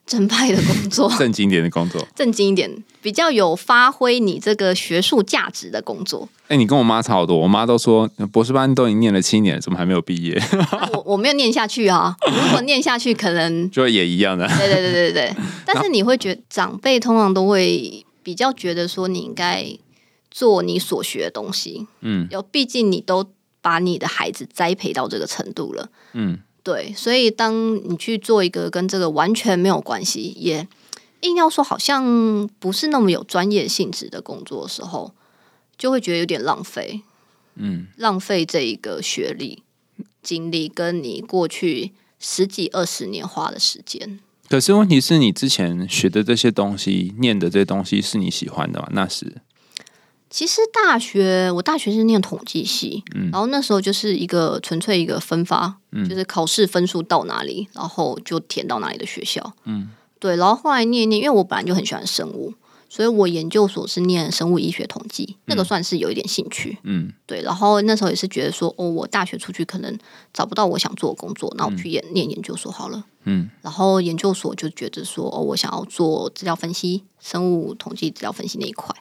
[SPEAKER 2] 正派的工作
[SPEAKER 4] 正经一点的
[SPEAKER 2] *laughs*
[SPEAKER 4] 工作。
[SPEAKER 2] 正经一点，比较有发挥你这个学术价值的工作。
[SPEAKER 4] 哎、你跟我妈差好多，我妈都说呃博士班都已经念了七年了，怎么还没有毕业？
[SPEAKER 2] 啊我我没有念下去啊，如果念下去，可能
[SPEAKER 4] 就也一样的。
[SPEAKER 2] 对对对对对。
[SPEAKER 4] *laughs*
[SPEAKER 2] 但是你会觉得长辈通常都会比较觉得说你应该做你所学的东西，
[SPEAKER 4] 嗯
[SPEAKER 2] 有毕竟你都把你的孩子栽培到这个程度了，
[SPEAKER 4] 嗯，
[SPEAKER 2] 对，所以当你去做一个跟这个完全没有关系，也硬要说好像不是那么有专业性质的工作的时候，就会觉得有点浪费，
[SPEAKER 4] 嗯，
[SPEAKER 2] 浪费这一个学历、经历跟你过去十几二十年花的时间。
[SPEAKER 4] 可是问题是你之前学的这些东西，念的这些东西是你喜欢的吗？那是，
[SPEAKER 2] 其实大学，我大学是念统计系，然后那时候就是一个纯粹一个分发，就是考试分数到哪里，然后就填到哪里的学校。嗯，对。然后后来念一念，因为我本来就很喜欢生物，所以我研究所是念生物医学统计，那个算是有一点兴趣。
[SPEAKER 4] 嗯
[SPEAKER 2] 对，然后那时候也是觉得说，哦，我大学出去可能找不到我想做的工作，那我去研、念研究所好了。
[SPEAKER 4] 嗯
[SPEAKER 2] 然后研究所就觉得说，哦，我想要做资料分析、生物统计资料分析那一块。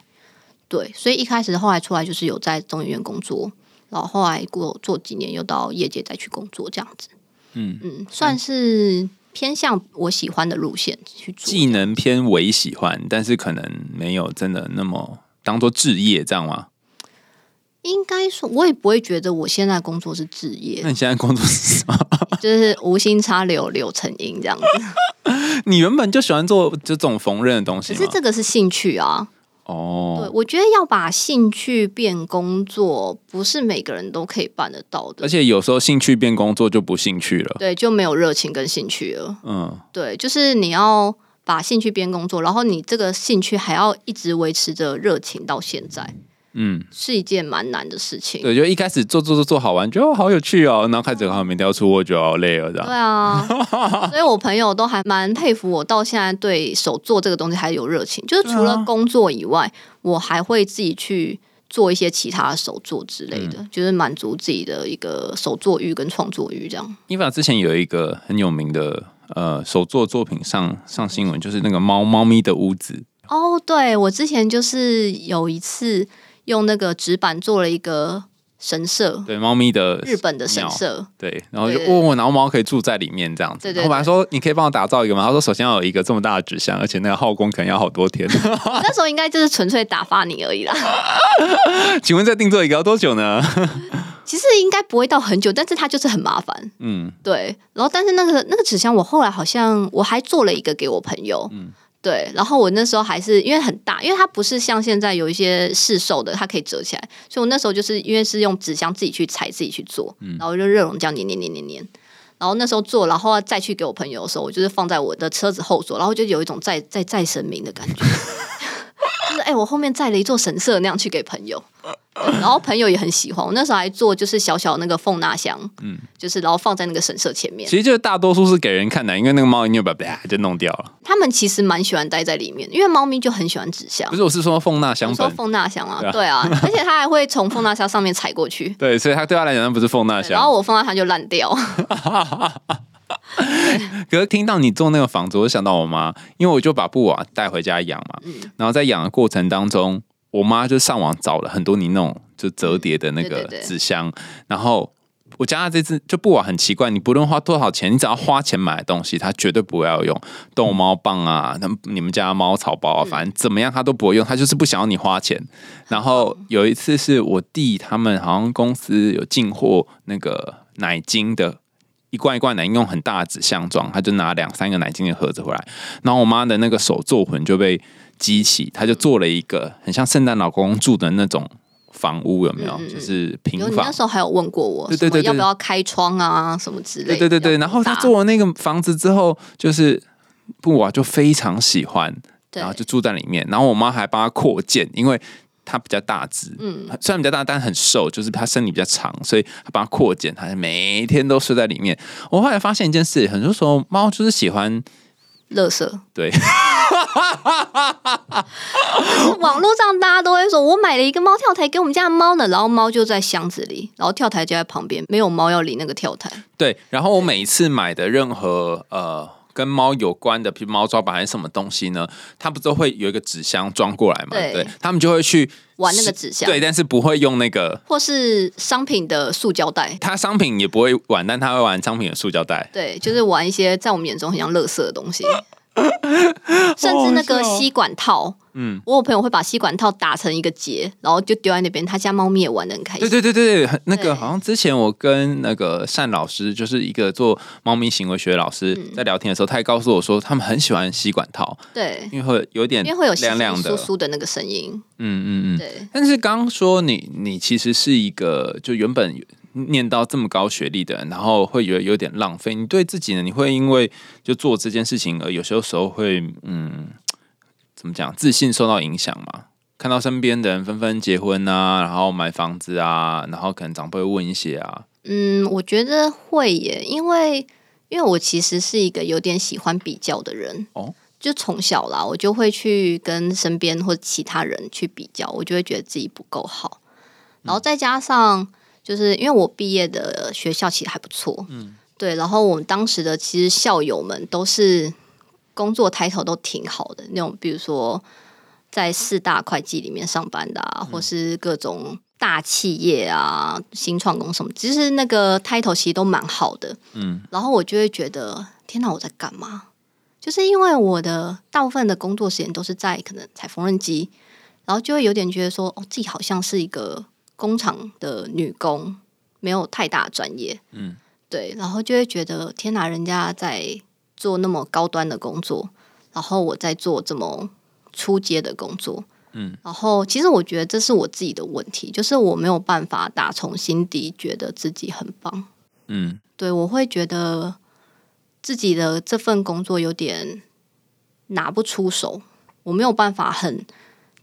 [SPEAKER 2] 对，所以一开始后来出来就是有在中研院工作，然后后来过做几年又到业界再去工作这样子。
[SPEAKER 4] 嗯，
[SPEAKER 2] 嗯，算是偏向我喜欢的路线去做。
[SPEAKER 4] 技能偏为喜欢，但是可能没有真的那么当做置业这样吗？
[SPEAKER 2] 应该说，我也不会觉得我现在工作是置业
[SPEAKER 4] *laughs* 那，你现在工作是什么？ *laughs*
[SPEAKER 2] 就是无心插柳柳成荫这样子。
[SPEAKER 4] 你原本就喜欢做这种缝纫的东西
[SPEAKER 2] 可
[SPEAKER 4] 吗？
[SPEAKER 2] 是这个是兴趣啊，对
[SPEAKER 4] 哦，，
[SPEAKER 2] 我觉得要把兴趣变工作，不是每个人都可以办得到的
[SPEAKER 4] 而。且有时候兴趣变工作就不兴趣了。
[SPEAKER 2] 对，就没有热情跟兴趣了。
[SPEAKER 4] 嗯
[SPEAKER 2] 对，就是你要把兴趣边工作，然后你这个兴趣还要一直维持着热情到现在，
[SPEAKER 4] 嗯。
[SPEAKER 2] 是一件蛮难的事情。
[SPEAKER 4] 对，就一开始做做做做好玩，觉得哦好有趣哦，然后开始好像没雕出，我觉得好累哦，这
[SPEAKER 2] 对
[SPEAKER 4] 样。
[SPEAKER 2] 啊， *laughs* 所以我朋友都还蛮佩服我，到现在对手做这个东西还有热情。就是除了工作以外，我还会自己去做一些其他的手作之类的，就是满足自己的一个手作欲跟创作欲这样。
[SPEAKER 4] 伊法之前有一个很有名的呃手作作品上上新闻，就是那个猫猫咪的屋子，
[SPEAKER 2] 哦，对，我之前就是有一次用那个纸板做了一个神社，
[SPEAKER 4] 对，猫咪的
[SPEAKER 2] 日本的神
[SPEAKER 4] 鸟，
[SPEAKER 2] 社，
[SPEAKER 4] 对，然后就
[SPEAKER 2] 对对对
[SPEAKER 4] 哦，然后猫可以住在里面这样子。
[SPEAKER 2] 对对
[SPEAKER 4] 然后我还
[SPEAKER 2] 对
[SPEAKER 4] 说你可以帮我打造一个吗？他说首先要有一个这么大的纸箱，而且那个耗工可能要好多天。 *laughs*
[SPEAKER 2] 那时候应该就是纯粹打发你而已 *laughs* 啦。
[SPEAKER 4] 请问再定做一个要多久呢？
[SPEAKER 2] 其实应该不会到很久，但是它就是很麻烦。
[SPEAKER 4] 嗯，
[SPEAKER 2] 对，然后但是那个那个纸箱，我后来好像我还做了一个给我朋友，对，然后我那时候还是因为很大，因为它不是像现在有一些市售的，它可以折起来，所以我那时候就是因为是用纸箱自己去裁自己去做，然后就热熔胶粘粘粘粘粘。然后那时候做，然后再去给我朋友的时候，我就是放在我的车子后座，然后就有一种在在在神明的感觉，就是哎、我后面载了一座神社那样去给朋友，对然后朋友也很喜欢。我那时候还做就是小小那个凤纳箱，嗯，就是然后放在那个神社前面
[SPEAKER 4] 其。实就是大多数是给人看的，因为那个猫一扭把啪就弄掉了。
[SPEAKER 2] 他们其实蛮喜欢待在里面，因为猫咪就很喜欢纸箱
[SPEAKER 4] 不，是，我是说凤纳
[SPEAKER 2] 比
[SPEAKER 4] 箱
[SPEAKER 2] 如说
[SPEAKER 4] 本，
[SPEAKER 2] 凤纳箱啊
[SPEAKER 4] 对啊，
[SPEAKER 2] 对啊，而且它还会从凤纳箱上面踩过
[SPEAKER 4] *laughs*
[SPEAKER 2] 去。
[SPEAKER 4] 对，所以它对他来讲那不是凤纳
[SPEAKER 2] 然后
[SPEAKER 4] 箱。
[SPEAKER 2] 我放到它就烂掉，
[SPEAKER 4] *laughs* 可是听到你做那个房子，我就想到我妈，因为我就把布瓦带回家养嘛，
[SPEAKER 2] 嗯
[SPEAKER 4] 然后在养的过程当中，我妈就上网找了很多你那种就折叠的那
[SPEAKER 2] 对
[SPEAKER 4] 个
[SPEAKER 2] 对对
[SPEAKER 4] 纸箱，然后。我家的这只就布瓦很奇怪，你不论花多少钱，你只要花钱买的东西，它绝对不会要用逗猫棒啊，那你们家的猫草包啊，
[SPEAKER 2] 嗯
[SPEAKER 4] 反正怎么样它都不会用，它就是不想要你花钱。然后有一次是我弟他们好像公司有进货那个奶精的。一罐一罐奶精用很大的纸箱装，他就拿两三个奶精的盒子回来，然后我妈的那个手作魂就被激起，她就做了一个很像圣诞老公公住的那种房屋，有没有？就是 *laughs* 平
[SPEAKER 2] 嗯有你
[SPEAKER 4] 房
[SPEAKER 2] 那，时候还有问过我，
[SPEAKER 4] 对对对
[SPEAKER 2] 什么要
[SPEAKER 4] 对
[SPEAKER 2] 不要开窗啊，什么之类
[SPEAKER 4] 对
[SPEAKER 2] 的。
[SPEAKER 4] 对对对。
[SPEAKER 2] 要
[SPEAKER 4] 然后他
[SPEAKER 2] 大
[SPEAKER 4] 做了那个房子之后，就是布瓦就非常喜欢，
[SPEAKER 2] 对
[SPEAKER 4] 然后就住在里面。然后我妈还帮他扩建，因为他比较大只，嗯，虽然比较大，但很瘦，就是他身体比较长，所以他帮他扩建，他每天都睡在里面。我后来发现一件事，很多时候猫就是喜欢
[SPEAKER 2] 垃圾。
[SPEAKER 4] 对 *laughs*
[SPEAKER 2] 网络上大家都会说，我买了一个猫跳台给我们家的猫呢，然后猫就在箱子里，然后跳台就在旁边，没有猫要理那个跳台。
[SPEAKER 4] 对。然后我每一次买的任何呃。跟猫有关的，譬如猫抓板还是什么东西呢？它不都会有一个纸箱装过来嘛？
[SPEAKER 2] 对
[SPEAKER 4] 对，他们就会去
[SPEAKER 2] 玩那个纸箱
[SPEAKER 4] 对，但是不会用那个
[SPEAKER 2] 或是商品的塑胶袋，
[SPEAKER 4] 他商品也不会玩，但他会玩商品的塑胶袋。
[SPEAKER 2] 对，就是玩一些在我们眼中很像垃圾的东西，甚至那个吸管套，嗯，我有朋友会把吸管套打成一个结，然后就丢在那边，他家猫咪也玩的很开
[SPEAKER 4] 对
[SPEAKER 2] 心。
[SPEAKER 4] 对对对对，那
[SPEAKER 2] 对
[SPEAKER 4] 个好像之前我跟那个单老师，就是一个做猫咪行为学的老师，
[SPEAKER 2] 嗯
[SPEAKER 4] 在聊天的时候，他也告诉我说，他们很喜欢吸管套，
[SPEAKER 2] 对
[SPEAKER 4] 因为会有点
[SPEAKER 2] 因为会有
[SPEAKER 4] 亮亮的
[SPEAKER 2] 簌，簌的那个声音，
[SPEAKER 4] 嗯嗯嗯。
[SPEAKER 2] 对，
[SPEAKER 4] 但是刚刚说你你其实是一个就原本念到这么高学历的人，然后会有有点浪费。你对自己呢？你会因为就做这件事情而有些时候会嗯，怎么讲？自信受到影响嘛？看到身边的人纷纷结婚啊，然后买房子啊，然后可能长辈会问一些啊，
[SPEAKER 2] 嗯，我觉得会耶，因为因为我其实是一个有点喜欢比较的人
[SPEAKER 4] 哦
[SPEAKER 2] 就从小啦，我就会去跟身边或其他人去比较，我就会觉得自己不够好，然后再加上就是因为我毕业的学校其实还不错，嗯，对，然后我们当时的其实校友们都是工作抬头都挺好的那种，比如说在四大会计里面上班的、啊，或是各种大企业啊、新创公司什么，其实那个 title 其实都蛮好的。
[SPEAKER 4] 嗯，
[SPEAKER 2] 然后我就会觉得，天哪，我在干嘛？就是因为我的大部分的工作时间都是在可能踩缝纫机，然后就会有点觉得说，哦，自己好像是一个工厂的女工，没有太大的专业。
[SPEAKER 4] 嗯，
[SPEAKER 2] 对，然后就会觉得，天哪，人家在做那么高端的工作，然后我在做这么出街的工作。
[SPEAKER 4] 嗯，
[SPEAKER 2] 然后其实我觉得这是我自己的问题，就是我没有办法打从心底觉得自己很棒。
[SPEAKER 4] 嗯，
[SPEAKER 2] 对我会觉得自己的这份工作有点拿不出手，我没有办法很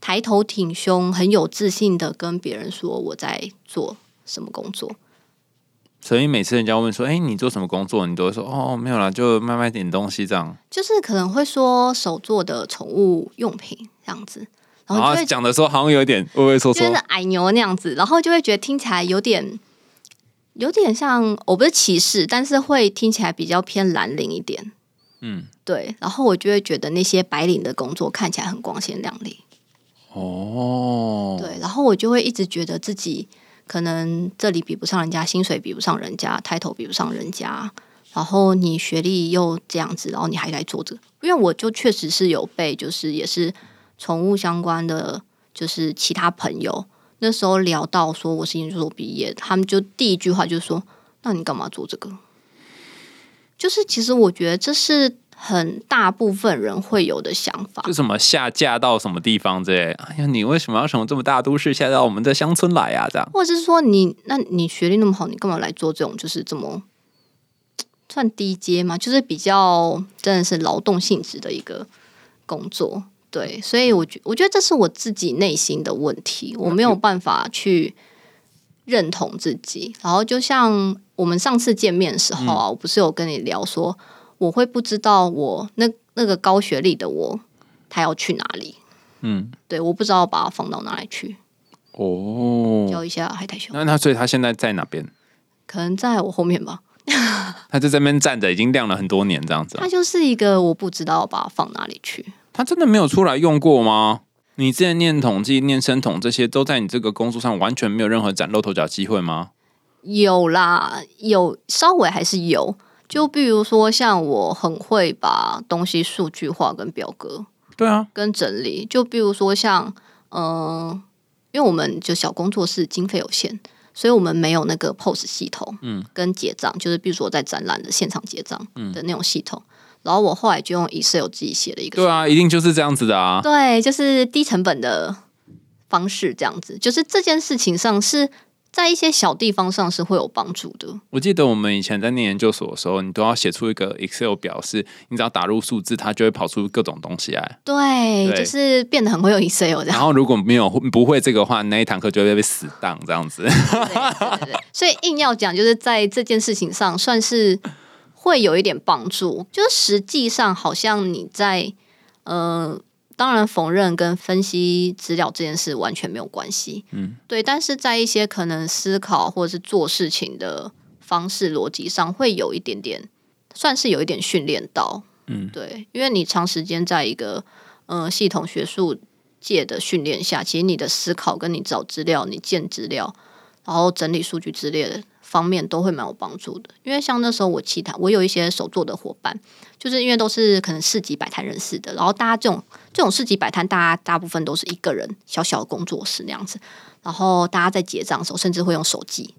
[SPEAKER 2] 抬头挺胸、很有自信的跟别人说我在做什么工作。
[SPEAKER 4] 所以每次人家问说，哎、你做什么工作？你都会说，哦，没有啦，就卖卖点东西这样。
[SPEAKER 2] 就是可能会说手做的宠物用品这样子，然
[SPEAKER 4] 然
[SPEAKER 2] 后
[SPEAKER 4] 后
[SPEAKER 2] 哦就会
[SPEAKER 4] 讲的时候好像有点畏畏缩
[SPEAKER 2] 就
[SPEAKER 4] 缩
[SPEAKER 2] 是，矮牛那样子，然后就会觉得听起来有点有点像，我不是歧视，但是会听起来比较偏蓝领一点。
[SPEAKER 4] 嗯，
[SPEAKER 2] 对，然后我就会觉得那些白领的工作看起来很光鲜亮丽，
[SPEAKER 4] 哦，
[SPEAKER 2] 对，然后我就会一直觉得自己可能这里比不上人家，薪水比不上人家，抬头比不上人家，然后你学历又这样子，然后你还来做这个，因为我就确实是有被，就是也是宠物相关的，就是其他朋友那时候聊到说我是研究所毕业，他们就第一句话就说：“那你干嘛做这个？”就是其实我觉得这是很大部分人会有的想法，
[SPEAKER 4] *laughs* 就什么下嫁到什么地方之类。哎呀，你为什么要从这么大都市下到我们的乡村来啊？这样，
[SPEAKER 2] 或者是说你，那你学历那么好，你干嘛来做这种就是这么算低阶嘛？就是比较真的是劳动性质的一个工作。对，所以我觉我觉得这是我自己内心的问题，我没有办法去认同自己。然后就像我们上次见面的时候啊，我不是有跟你聊说，我会不知道我那那个高学历的我，他要去哪里？
[SPEAKER 4] 嗯，
[SPEAKER 2] 对，我不知道把它放到哪里去。
[SPEAKER 4] 哦，
[SPEAKER 2] 教一下海苔熊，
[SPEAKER 4] 那那所以他现在在哪边？
[SPEAKER 2] 可能在我后面吧。
[SPEAKER 4] 他就在那边站着，已经晾了很多年这样子啊、
[SPEAKER 2] 它就是一个我不知道把它放哪里去。
[SPEAKER 4] 他真的没有出来用过吗？你之前念统计、念生统这些，都在你这个工作上完全没有任何崭露头角机会吗？
[SPEAKER 2] 有啦，有稍微还是有。就比如说，像我很会把东西数据化、跟表格、
[SPEAKER 4] 对啊，
[SPEAKER 2] 跟整理。就比如说像，嗯，因为我们就小工作室经费有限，所以我们没有那个 POS 系统，
[SPEAKER 4] 嗯，
[SPEAKER 2] 跟结账，就是比如说我在展览的现场结账的那种系统。然后我后来就用 Excel 自己写了一个
[SPEAKER 4] 对啊，一定就是这样子的啊。
[SPEAKER 2] 对，就是低成本的方式，这样子，就是这件事情上是在一些小地方上是会有帮助的。
[SPEAKER 4] 我记得我们以前在念研究所的时候，你都要写出一个 Excel 表示，你只要打入数字，它就会跑出各种东西来。
[SPEAKER 2] 对，
[SPEAKER 4] 对
[SPEAKER 2] 就是变得很会有 Excel 这
[SPEAKER 4] 然
[SPEAKER 2] 样。
[SPEAKER 4] 后如果没有不会这个的话，那一堂课就会被死当这样
[SPEAKER 2] *laughs*
[SPEAKER 4] 子。
[SPEAKER 2] 对对对，所以硬要讲，就是在这件事情上算是会有一点帮助。就是实际上，好像你在呃，当然缝纫跟分析资料这件事完全没有关系，
[SPEAKER 4] 嗯，
[SPEAKER 2] 对。但是在一些可能思考或者是做事情的方式逻辑上，会有一点点，算是有一点训练到，
[SPEAKER 4] 嗯，
[SPEAKER 2] 对，因为你长时间在一个呃系统学术。界的训练下，其实你的思考跟你找资料、你建资料，然后整理数据之类的方面都会蛮有帮助的。因为像那时候我其他我有一些手作的伙伴，就是因为都是可能市集摆摊认识的，然后大家这种这种市集摆摊，大家大部分都是一个人小小的工作室那样子，然后大家在结账的时候，甚至会用手记，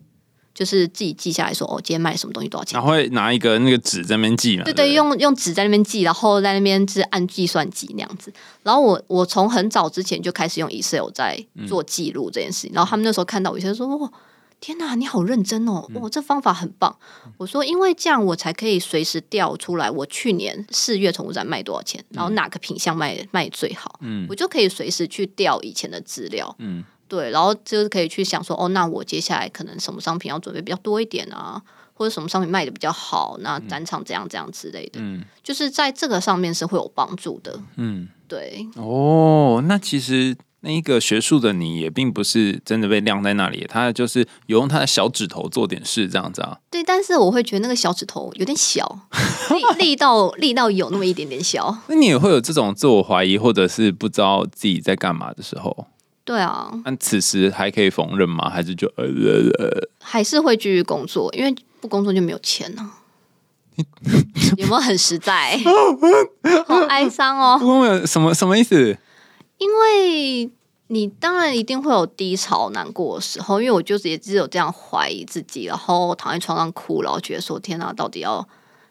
[SPEAKER 2] 就是自己记下来说哦，今天卖什么东西多少钱
[SPEAKER 4] 然。后会拿一个那个纸在那边记嘛。
[SPEAKER 2] 对
[SPEAKER 4] 对不
[SPEAKER 2] 对，
[SPEAKER 4] 对，
[SPEAKER 2] 用用纸在那边记，然后在那边就是按计算机那样子。然后我我从很早之前就开始用 Excel 在做记录这件事情。然后他们那时候看到我，有些人说：“哇，天哪，你好认真哦！哇，这方法很棒。”我说：“因为这样我才可以随时调出来我去年四月宠物展卖多少钱，然后哪个品相卖卖最好，
[SPEAKER 4] 嗯
[SPEAKER 2] 我就可以随时去调以前的资料。”
[SPEAKER 4] 嗯，
[SPEAKER 2] 对，然后就是可以去想说，哦，那我接下来可能什么商品要准备比较多一点啊，或者什么商品卖的比较好，那展场怎样怎样之类的，
[SPEAKER 4] 嗯
[SPEAKER 2] 就是在这个上面是会有帮助的。
[SPEAKER 4] 嗯，
[SPEAKER 2] 对，
[SPEAKER 4] 哦，那其实那一个学术的你也并不是真的被晾在那里，他就是有用他的小指头做点事这样子啊。
[SPEAKER 2] 对，但是我会觉得那个小指头有点
[SPEAKER 4] *laughs*
[SPEAKER 2] 小，力力道力道有那么一点点小。
[SPEAKER 4] 那你也会有这种自我怀疑，或者是不知道自己在干嘛的时候，
[SPEAKER 2] 对啊，
[SPEAKER 4] 那此时还可以缝纫吗？还是就 *laughs* 呃呃呃，
[SPEAKER 2] 还是会继续工作，因为不工作就没有钱呢、有没有很实
[SPEAKER 4] *laughs*
[SPEAKER 2] 在？好哀伤哦。
[SPEAKER 4] 不过有什么什么意思？
[SPEAKER 2] 因为你当然一定会有低潮、难过的时候，因为我就是也只有这样怀疑自己，然后躺在床上哭，然后觉得说天哪、到底要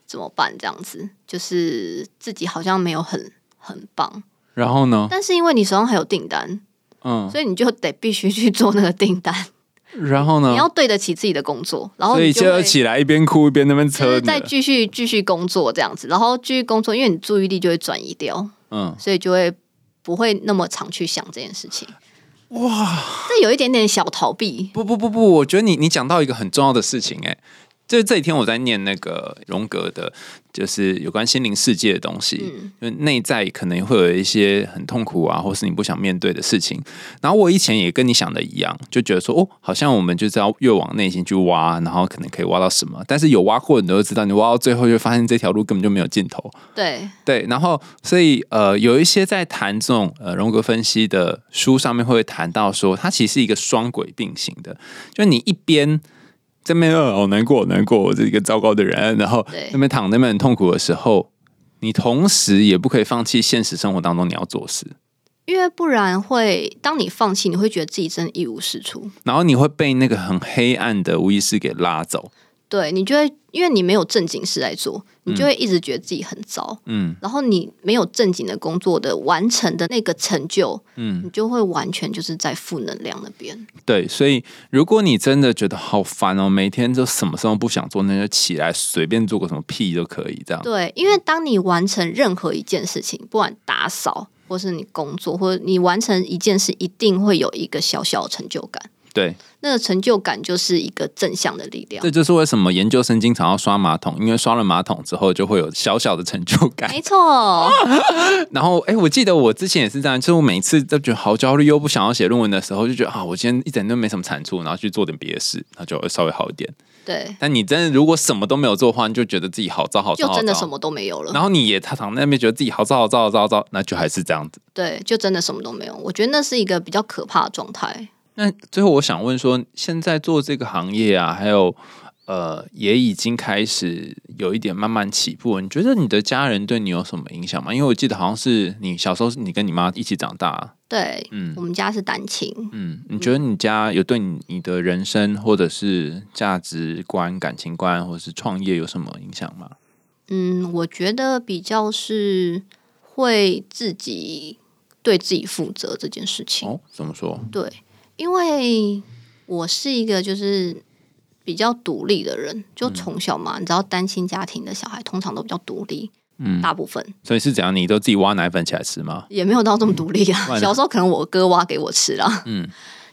[SPEAKER 2] 怎么办？这样子就是自己好像没有很很棒，
[SPEAKER 4] 然后呢？
[SPEAKER 2] 但是因为你手上还有订单，
[SPEAKER 4] 嗯，
[SPEAKER 2] 所以你就得必须去做那个订单，
[SPEAKER 4] 然后
[SPEAKER 2] 你要
[SPEAKER 4] 呢？
[SPEAKER 2] 对得起自己的工作，然后
[SPEAKER 4] 嗯所
[SPEAKER 2] 你
[SPEAKER 4] 以
[SPEAKER 2] 就
[SPEAKER 4] 就
[SPEAKER 2] 会
[SPEAKER 4] 起来一边哭一边那边
[SPEAKER 2] 就
[SPEAKER 4] 扯
[SPEAKER 2] 是
[SPEAKER 4] 你
[SPEAKER 2] 再
[SPEAKER 4] 了，
[SPEAKER 2] 继续继续工作这样子，然后继续工作，因为你注意力就会转移掉。
[SPEAKER 4] 嗯，
[SPEAKER 2] 所以就会不会那么常去想这件事情。哇，这有一点点小逃避。
[SPEAKER 4] 不不不不，我觉得你你讲到一个很重要的事情、欸，哎，就这几天我在念那个荣格的，就是有关心灵世界的东西，就内在可能会有一些很痛苦啊，或是你不想面对的事情。然后我以前也跟你想的一样，就觉得说，哦，好像我们就是要越往内心去挖，然后可能可以挖到什么。但是有挖过，你都知道，你挖到最后就会发现这条路根本就没有尽头。
[SPEAKER 2] 对，
[SPEAKER 4] 对，然后所以呃，有一些在谈这种呃荣格分析的书上面会谈到说，它其实是一个双轨并行的，就你一边这边呃好难过，好难过，我是一个糟糕的人，然后
[SPEAKER 2] 对
[SPEAKER 4] 那边躺那边很痛苦的时候，你同时也不可以放弃现实生活当中你要做的事，
[SPEAKER 2] 因为不然会，当你放弃，你会觉得自己真的一无是处。
[SPEAKER 4] 然后你会被那个很黑暗的无意识给拉走。
[SPEAKER 2] 对你就会，因为你没有正经事来做，你就会一直觉得自己很糟。
[SPEAKER 4] 嗯
[SPEAKER 2] 然后你没有正经的工作的完成的那个成就，
[SPEAKER 4] 嗯，
[SPEAKER 2] 你就会完全就是在负能量那边。
[SPEAKER 4] 对，所以如果你真的觉得好烦哦，每天就什么事都不想做，那就起来随便啊做个什么屁都可以这样。
[SPEAKER 2] 对，因为当你完成任何一件事情，不管打扫。或是你工作，或者你完成一件事，一定会有一个小小的成就感。
[SPEAKER 4] 对，
[SPEAKER 2] 那个成就感就是一个正向的力量
[SPEAKER 4] 这。就是为什么研究生经常要刷马桶，因为刷了马桶之后就会有小小的成就感。
[SPEAKER 2] 没
[SPEAKER 4] 啊
[SPEAKER 2] 错，
[SPEAKER 4] *laughs* 然后，哎，我记得我之前也是这样，就是我每次都觉得好焦虑，又不想要写论文的时候，就觉得啊，我今天一整天都没什么产出，然后去做点别的事，那就稍微好一点。
[SPEAKER 2] 对，
[SPEAKER 4] 但你真的如果什么都没有做的话，你就觉得自己好糟好糟，
[SPEAKER 2] 就
[SPEAKER 4] 好糟
[SPEAKER 2] 真的什。么都没有了。
[SPEAKER 4] 然后你也常常在那边觉得自己好糟好糟好糟好糟，那就还是这样子。
[SPEAKER 2] 对，就真的什么都没有。我觉得那是一个比较可怕的状态。
[SPEAKER 4] 那最后我想问说，现在做这个行业啊，还有呃，也已经开始有一点慢慢起步了。你觉得你的家人对你有什么影响吗？因为我记得好像是你小时候是你跟你妈一起长大，
[SPEAKER 2] 对，
[SPEAKER 4] 嗯
[SPEAKER 2] 我们家是单亲，
[SPEAKER 4] 嗯，你觉得你家有对你你的人生或者是价值观、感情观，或者是创业有什么影响吗？
[SPEAKER 2] 嗯，我觉得比较是会自己对自己负责这件事情。
[SPEAKER 4] 哦，怎么说？
[SPEAKER 2] 对，因为我是一个就是比较独立的人，就
[SPEAKER 4] 嗯
[SPEAKER 2] 从小嘛，你知道单亲家庭的小孩通常都比较独立，
[SPEAKER 4] 嗯
[SPEAKER 2] 大部分
[SPEAKER 4] 所以是怎样？你都自己挖奶粉起来吃吗？
[SPEAKER 2] 也没有到这么独立
[SPEAKER 4] 不然
[SPEAKER 2] 啊。
[SPEAKER 4] *laughs* 呢
[SPEAKER 2] 小时候可能我哥挖给我吃啦，
[SPEAKER 4] 嗯，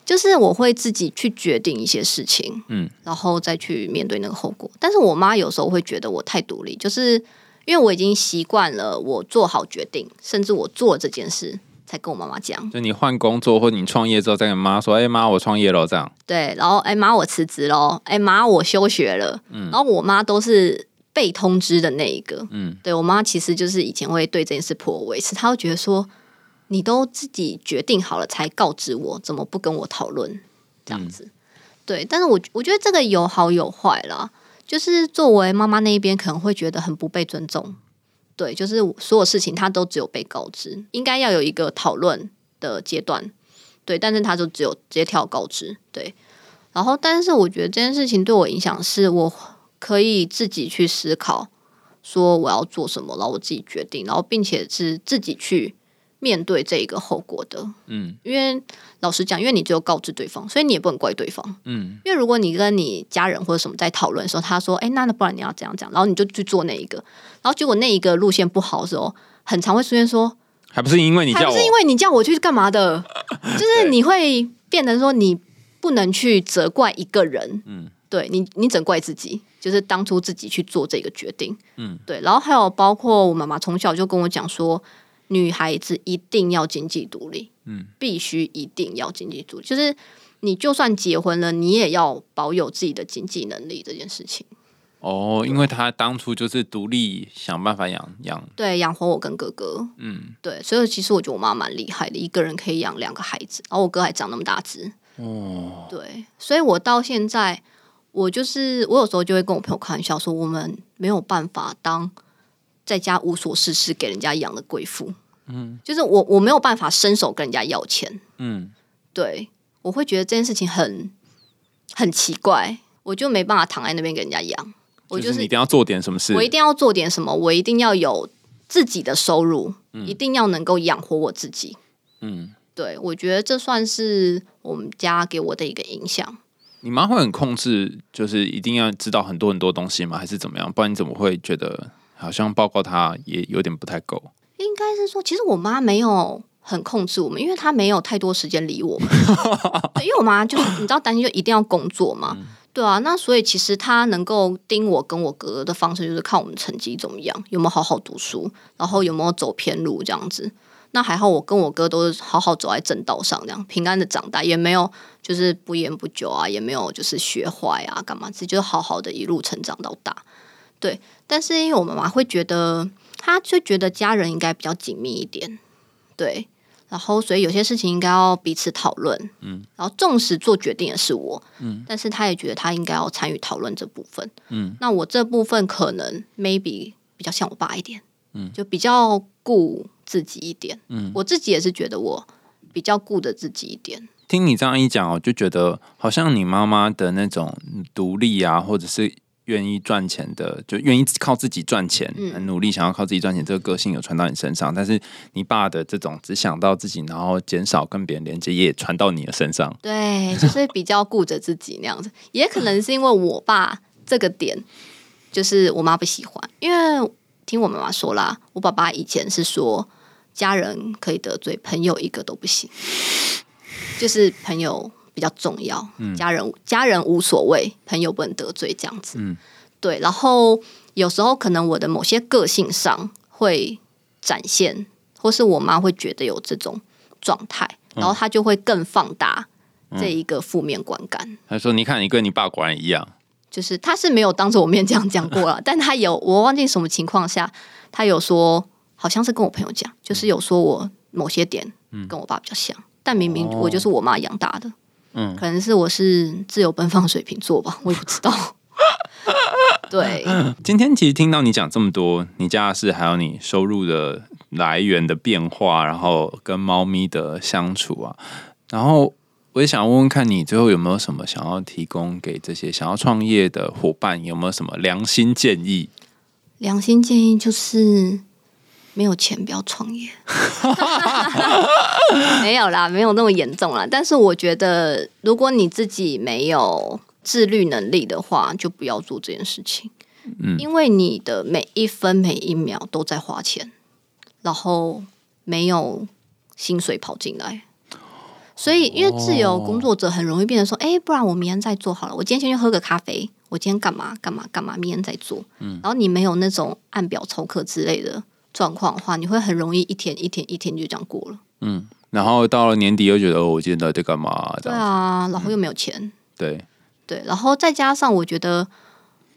[SPEAKER 2] 就是我会自己去决定一些事情，
[SPEAKER 4] 嗯，
[SPEAKER 2] 然后再去面对那个后果。但是我妈有时候会觉得我太独立，就是。因为我已经习惯了，我做好决定，甚至我做了这件事才跟我妈妈讲。
[SPEAKER 4] 就你换工作或你创业之后，再跟妈说：“哎、妈，我创业了。”这样，
[SPEAKER 2] 对，然后哎妈我辞职喽，哎妈我休学了，然后我妈都是被通知的那一个，
[SPEAKER 4] 嗯
[SPEAKER 2] 对我妈其实就是以前会对这件事颇为是，她会觉得说你都自己决定好了才告知我，怎么不跟我讨论这样子？对，但是我我觉得这个有好有坏啦，就是作为妈妈那一边可能会觉得很不被尊重，对，就是所有事情她都只有被告知，应该要有一个讨论的阶段，对，但是她就只有直接跳告知，对。然后，但是我觉得这件事情对我影响是，我可以自己去思考，说我要做什么，然后我自己决定，然后并且是自己去面对这一个后果的。
[SPEAKER 4] 嗯
[SPEAKER 2] 因为老实讲，因为你只有告知对方，所以你也不能怪对方。
[SPEAKER 4] 嗯
[SPEAKER 2] 因为如果你跟你家人或者什么在讨论的时候，他说：“哎，那那不然你要这样讲。”然后你就去做那一个，然后结果那一个路线不好的时候，很常会出现说
[SPEAKER 4] 还不是因为你
[SPEAKER 2] 还
[SPEAKER 4] 叫
[SPEAKER 2] 不
[SPEAKER 4] 我，
[SPEAKER 2] 是因为你叫我去干嘛
[SPEAKER 4] *laughs*
[SPEAKER 2] 的，就是你会变得说你不能去责怪一个人，
[SPEAKER 4] 嗯
[SPEAKER 2] 嗯，对你，你责怪自己，就是当初自己去做这个决定，
[SPEAKER 4] 嗯
[SPEAKER 2] 嗯，对。然后还有包括我妈妈从小就跟我讲说，女孩子一定要经济独立，
[SPEAKER 4] 嗯
[SPEAKER 2] 嗯，必须一定要经济独立，就是你就算结婚了，你也要保有自己的经济能力这件事情。
[SPEAKER 4] 哦，因为他当初就是独立想办法养养，
[SPEAKER 2] 对，养活我跟哥哥，
[SPEAKER 4] 嗯，
[SPEAKER 2] 对，所以其实我觉得我妈蛮厉害的，一个人可以养两个孩子，然后我哥还长那么大只，
[SPEAKER 4] 哦，
[SPEAKER 2] 对，所以我到现在，我就是我有时候就会跟我朋友开玩笑说，我们没有办法当在家无所事事给人家养的贵妇。嗯，就是我我没有办法伸手跟人家要钱，
[SPEAKER 4] 嗯，
[SPEAKER 2] 对我会觉得这件事情很很奇怪，我就没办法躺在那边给人家养，我
[SPEAKER 4] 就是你一定要做点什么事
[SPEAKER 2] 我，一定要做点什么，我一定要有自己的收入，一定要能够养活我自己。
[SPEAKER 4] 嗯，
[SPEAKER 2] 对，我觉得这算是我们家给我的一个影响。
[SPEAKER 4] 你妈会很控制，就是一定要知道很多很多东西吗？还是怎么样？不然你怎么会觉得好像报告她也有点不太够？
[SPEAKER 2] 应该是说，其实我妈没有很控制我们，因为她没有太多时间理我们。对，因为我妈就是你知道，担心就一定要工作嘛，对啊。那所以其实她能够盯我跟我哥哥的方式，就是看我们成绩怎么样，有没有好好读书，然后有没有走偏路这样子。那还好，我跟我哥都是好好走在正道上，这样平安的长大，也没有就是不言不久啊，也没有就是学坏啊，干嘛，自己就是好好的一路成长到大。对，但是因为我妈妈会觉得，他就觉得家人应该比较紧密一点，对。然后，所以有些事情应该要彼此讨论，嗯。然后，纵使做决定也是我，嗯。但是他也觉得他应该要参与讨论这部分，
[SPEAKER 4] 嗯。
[SPEAKER 2] 那我这部分可能 maybe 比较像我爸一点，嗯，就比较顾自己一点，嗯。我自己也是觉得我比较顾着自己一点，
[SPEAKER 4] 听你这样一讲，我就觉得好像你妈妈的那种独立啊，或者是愿意赚钱的，就愿意靠自己赚钱，
[SPEAKER 2] 嗯
[SPEAKER 4] 很努力想要靠自己赚钱，这个个性有传到你身上。但是你爸的这种只想到自己，然后减少跟别人连接，也传到你的身上。
[SPEAKER 2] 对，就是比较顾着自己那样子，也可能是因为我爸这个点，就是我妈不喜欢，因为听我妈妈说啦，我爸爸以前是说家人可以得罪，朋友一个都不行。就是朋友比较重要，家人家人无所谓，朋友不能得罪这样子。
[SPEAKER 4] 嗯
[SPEAKER 2] 对，然后有时候可能我的某些个性上会展现，或是我妈会觉得有这种状态，然后她就会更放大
[SPEAKER 4] 嗯
[SPEAKER 2] 这一个负面观感。
[SPEAKER 4] 他说：“你看，你跟你爸果然一样。
[SPEAKER 2] 就是他是没有当着我面这样讲
[SPEAKER 4] *laughs*
[SPEAKER 2] 过了，但他有我忘记什么情况下，他有说好像是跟我朋友
[SPEAKER 4] 嗯
[SPEAKER 2] 讲，就是有说我某些点跟我爸比较像，但明明
[SPEAKER 4] 哦
[SPEAKER 2] 我就是我妈养大的，
[SPEAKER 4] 嗯
[SPEAKER 2] 可能是我是自由奔放水瓶座吧，我也不知
[SPEAKER 4] *laughs*
[SPEAKER 2] 道。对，
[SPEAKER 4] 今天其实听到你讲这么多，你家的事，还有你收入的来源的变化，然后跟猫咪的相处啊，然后我也想问问看你最后有没有什么想要提供给这些想要创业的伙伴，有没有什么良心建议？
[SPEAKER 2] 良心建议就是没有钱不要创业， *laughs* 没有啦，没有那么严重啦。但是我觉得，如果你自己没有自律能力的话，就不要做这件事情。
[SPEAKER 4] 嗯
[SPEAKER 2] 因为你的每一分每一秒都在花钱，然后没有薪水跑进来。所以，因为自由工作者很容易变得说，哎、不然我明天再做好了。我今天先去喝个咖啡，我今天干嘛干嘛干嘛，明天再做。然后你没有那种按表操课之类的状况的话，你会很容易一天一天一天就这样过了。
[SPEAKER 4] 嗯，然后到了年底又觉得、哦、我今天到底在干嘛？这
[SPEAKER 2] 对
[SPEAKER 4] 样
[SPEAKER 2] 啊，然后又没有钱，
[SPEAKER 4] 对，
[SPEAKER 2] 对，啊然后再加上我觉得，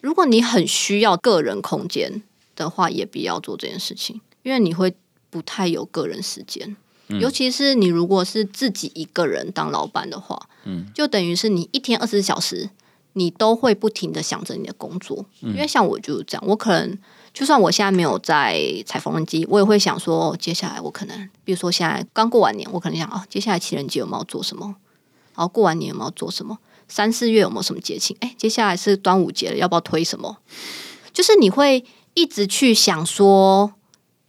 [SPEAKER 2] 如果你很需要个人空间的话，也不要做这件事情，因为你会不太有个人时间。尤其是你如果是自己一个人当老板的话，嗯，就等于是你一天二十四小时，你都会不停的想着你的工作。因为像我就是这样，我可能就算我现在没有在踩缝纫机，我也会想说，哦，接下来我可能，比如说现在刚过完年，我可能想，哦，接下来情人节有没有做什么？然后过完年有没有做什么？三四月有没有什么节庆？哎，接下来是端午节了，要不要推什么？就是你会一直去想说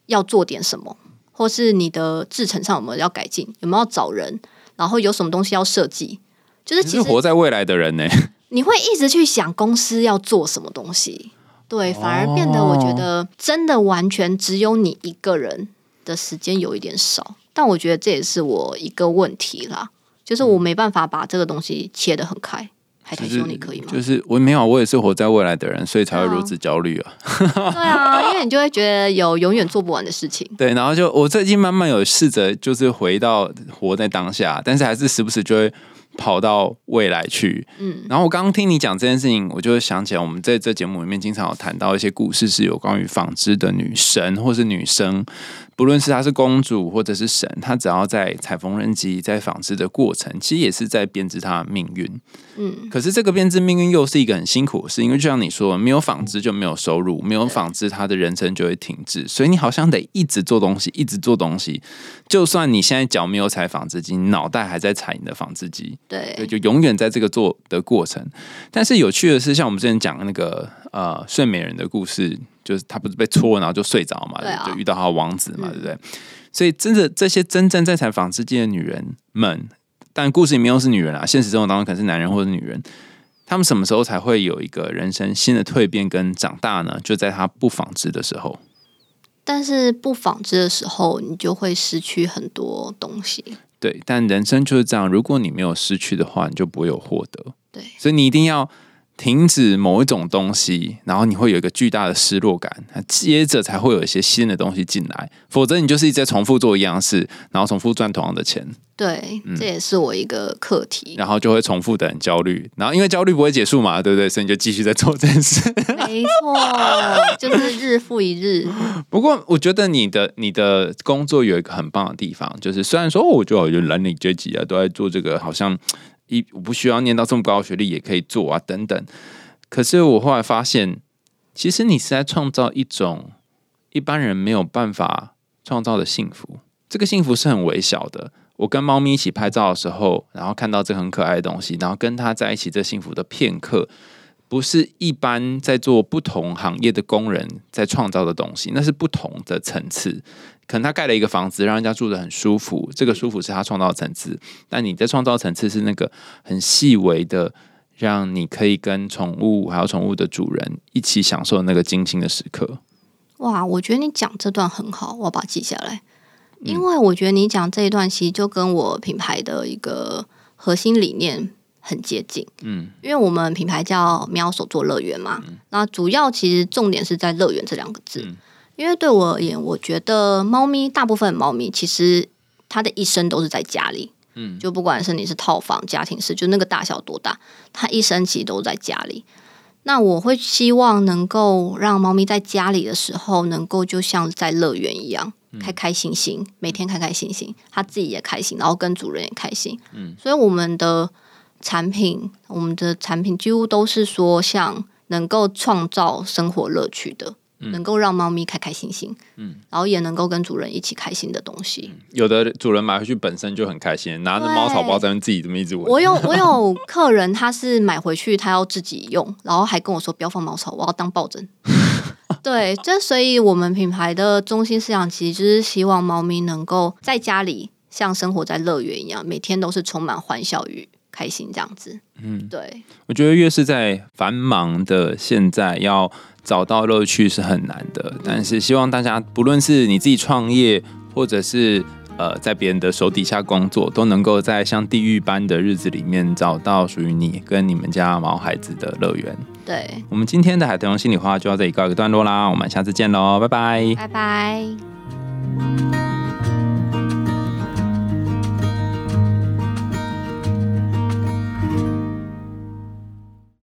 [SPEAKER 2] 要做点什么，或是你的制程上有没有要改进，有没有要找人，然后有什么东西要设计。就是
[SPEAKER 4] 你
[SPEAKER 2] 其
[SPEAKER 4] 是
[SPEAKER 2] 实
[SPEAKER 4] 活在未来的人呢、
[SPEAKER 2] 你会一直去想公司要做什么东西，对，反而变得我觉得真的完全只有你一个人的时间有一点少，但我觉得这也是我一个问题啦，就是我没办法把这个东西切得很开。海
[SPEAKER 4] 就
[SPEAKER 2] 苔
[SPEAKER 4] 是
[SPEAKER 2] 兄，你可以吗？
[SPEAKER 4] 就是我没有，我也是活在未来的人，所以才会
[SPEAKER 2] 对啊
[SPEAKER 4] 如此焦虑啊。
[SPEAKER 2] 对啊，因为你就会觉得有永远做不完的事情。
[SPEAKER 4] 对，然后就我最近慢慢有试着就是回到活在当下，但是还是时不时就会跑到未来去。
[SPEAKER 2] 嗯
[SPEAKER 4] 然后我刚刚听你讲这件事情，我就想起来，我们在这节目里面经常有谈到一些故事，是有关于纺织的女神或是女生，不论是她是公主或者是神，她只要在踩缝纫机、在纺织的过程，其实也是在编织她的命运。
[SPEAKER 2] 嗯，
[SPEAKER 4] 可是这个编织命运又是一个很辛苦的事，因为就像你说的，没有纺织就没有收入，没有纺织他的人生就会停滞，所以你好像得一直做东西，一直做东西。就算你现在脚没有踩纺织机，你脑袋还在踩你的纺织机，对，
[SPEAKER 2] 对，
[SPEAKER 4] 就永远在这个做的过程。但是有趣的是，像我们之前讲的那个呃睡美人的故事，就是她不是被戳，然后就睡着嘛，
[SPEAKER 2] 对啊
[SPEAKER 4] 就遇到她的王子嘛，
[SPEAKER 2] 嗯
[SPEAKER 4] 对不对？所以真的这些真正在采纺织界的女人们，但故事里面又是女人啊，现实生活当中可能是男人或者女人。他们什么时候才会有一个人生新的蜕变跟长大呢？就在她不纺织的时候，
[SPEAKER 2] 但是不纺织的时候，你就会失去很多东西。
[SPEAKER 4] 对，但人生就是这样，如果你没有失去的话，你就不会有获得。
[SPEAKER 2] 对，
[SPEAKER 4] 所以你一定要停止某一种东西，然后你会有一个巨大的失落感，接着才会有一些新的东西进来，否则你就是一直在重复做一样的事，然后重复赚同样的钱，
[SPEAKER 2] 对，这也是我一个课
[SPEAKER 4] *laughs*
[SPEAKER 2] 题。
[SPEAKER 4] 然后就会重复的很焦虑，然后因为焦虑不会结束嘛，对不对？所以你就继续在做这件事。
[SPEAKER 2] 没错，就是日复一日。
[SPEAKER 4] 不过我觉得你的你的工作有一个很棒的地方，就是虽然说哦我就好像蓝领阶级啊，都在做这个，好像一我不需要念到这么高的学历也可以做啊等等。可是我后来发现，其实你是在创造一种一般人没有办法创造的幸福。这个幸福是很微小的。我跟猫咪一起拍照的时候，然后看到这个很可爱的东西，然后跟它在一起这幸福的片刻，不是一般在做不同行业的工人在创造的东西，那是不同的层次。可能他盖了一个房子，让人家住得很舒服，这个舒服是他创造的层次。但你在创造层次是那个很细微的，让你可以跟宠物还有宠物的主人一起享受那个精心的时刻。
[SPEAKER 2] 哇，我觉得你讲这段很好，我要把它记下来。
[SPEAKER 4] 嗯
[SPEAKER 2] 因为我觉得你讲这一段其实就跟我品牌的一个核心理念很接近。
[SPEAKER 4] 嗯，
[SPEAKER 2] 因为我们品牌叫“喵手作乐园”嘛，那主要其实重点是在“乐园”这两个字。
[SPEAKER 4] 嗯
[SPEAKER 2] 因为对我而言，我觉得猫咪大部分猫咪其实它的一生都是在家里。
[SPEAKER 4] 嗯，
[SPEAKER 2] 就不管是你是套房、家庭式，就那个大小多大，它一生其实都在家里。那我会希望能够让猫咪在家里的时候，能够就像在乐园一样，
[SPEAKER 4] 嗯
[SPEAKER 2] 开开心心，每天开开心心，它自己也开心，然后跟主人也开心。
[SPEAKER 4] 嗯，
[SPEAKER 2] 所以我们的产品，我们的产品几乎都是说像能够创造生活乐趣的，能够让猫咪开开心心，
[SPEAKER 4] 嗯，
[SPEAKER 2] 然后也能够跟主人一起开心的东西。
[SPEAKER 4] 有的主人买回去本身就很开心，拿着猫草包在那边自己这么一直闻。
[SPEAKER 2] 我有我有客人，他是买回去他要自己用，然后还跟我说不要放猫草，我要当抱枕。 *laughs* 对，这所以我们品牌的中心思想其实就是希望猫咪能够在家里像生活在乐园一样，每天都是充满欢笑与开心这样子。嗯，对，
[SPEAKER 4] 我觉得越是在繁忙的现在，要找到乐趣是很难的。但是希望大家，不论是你自己创业，或者是呃在别人的手底下工作，都能够在像地狱般的日子里面找到属于你跟你们家毛孩子的乐园。
[SPEAKER 2] 对，
[SPEAKER 4] 我们今天的海豚熊心里话就到这里告一个段落啦，我们下次见喽，拜拜。
[SPEAKER 2] 拜拜。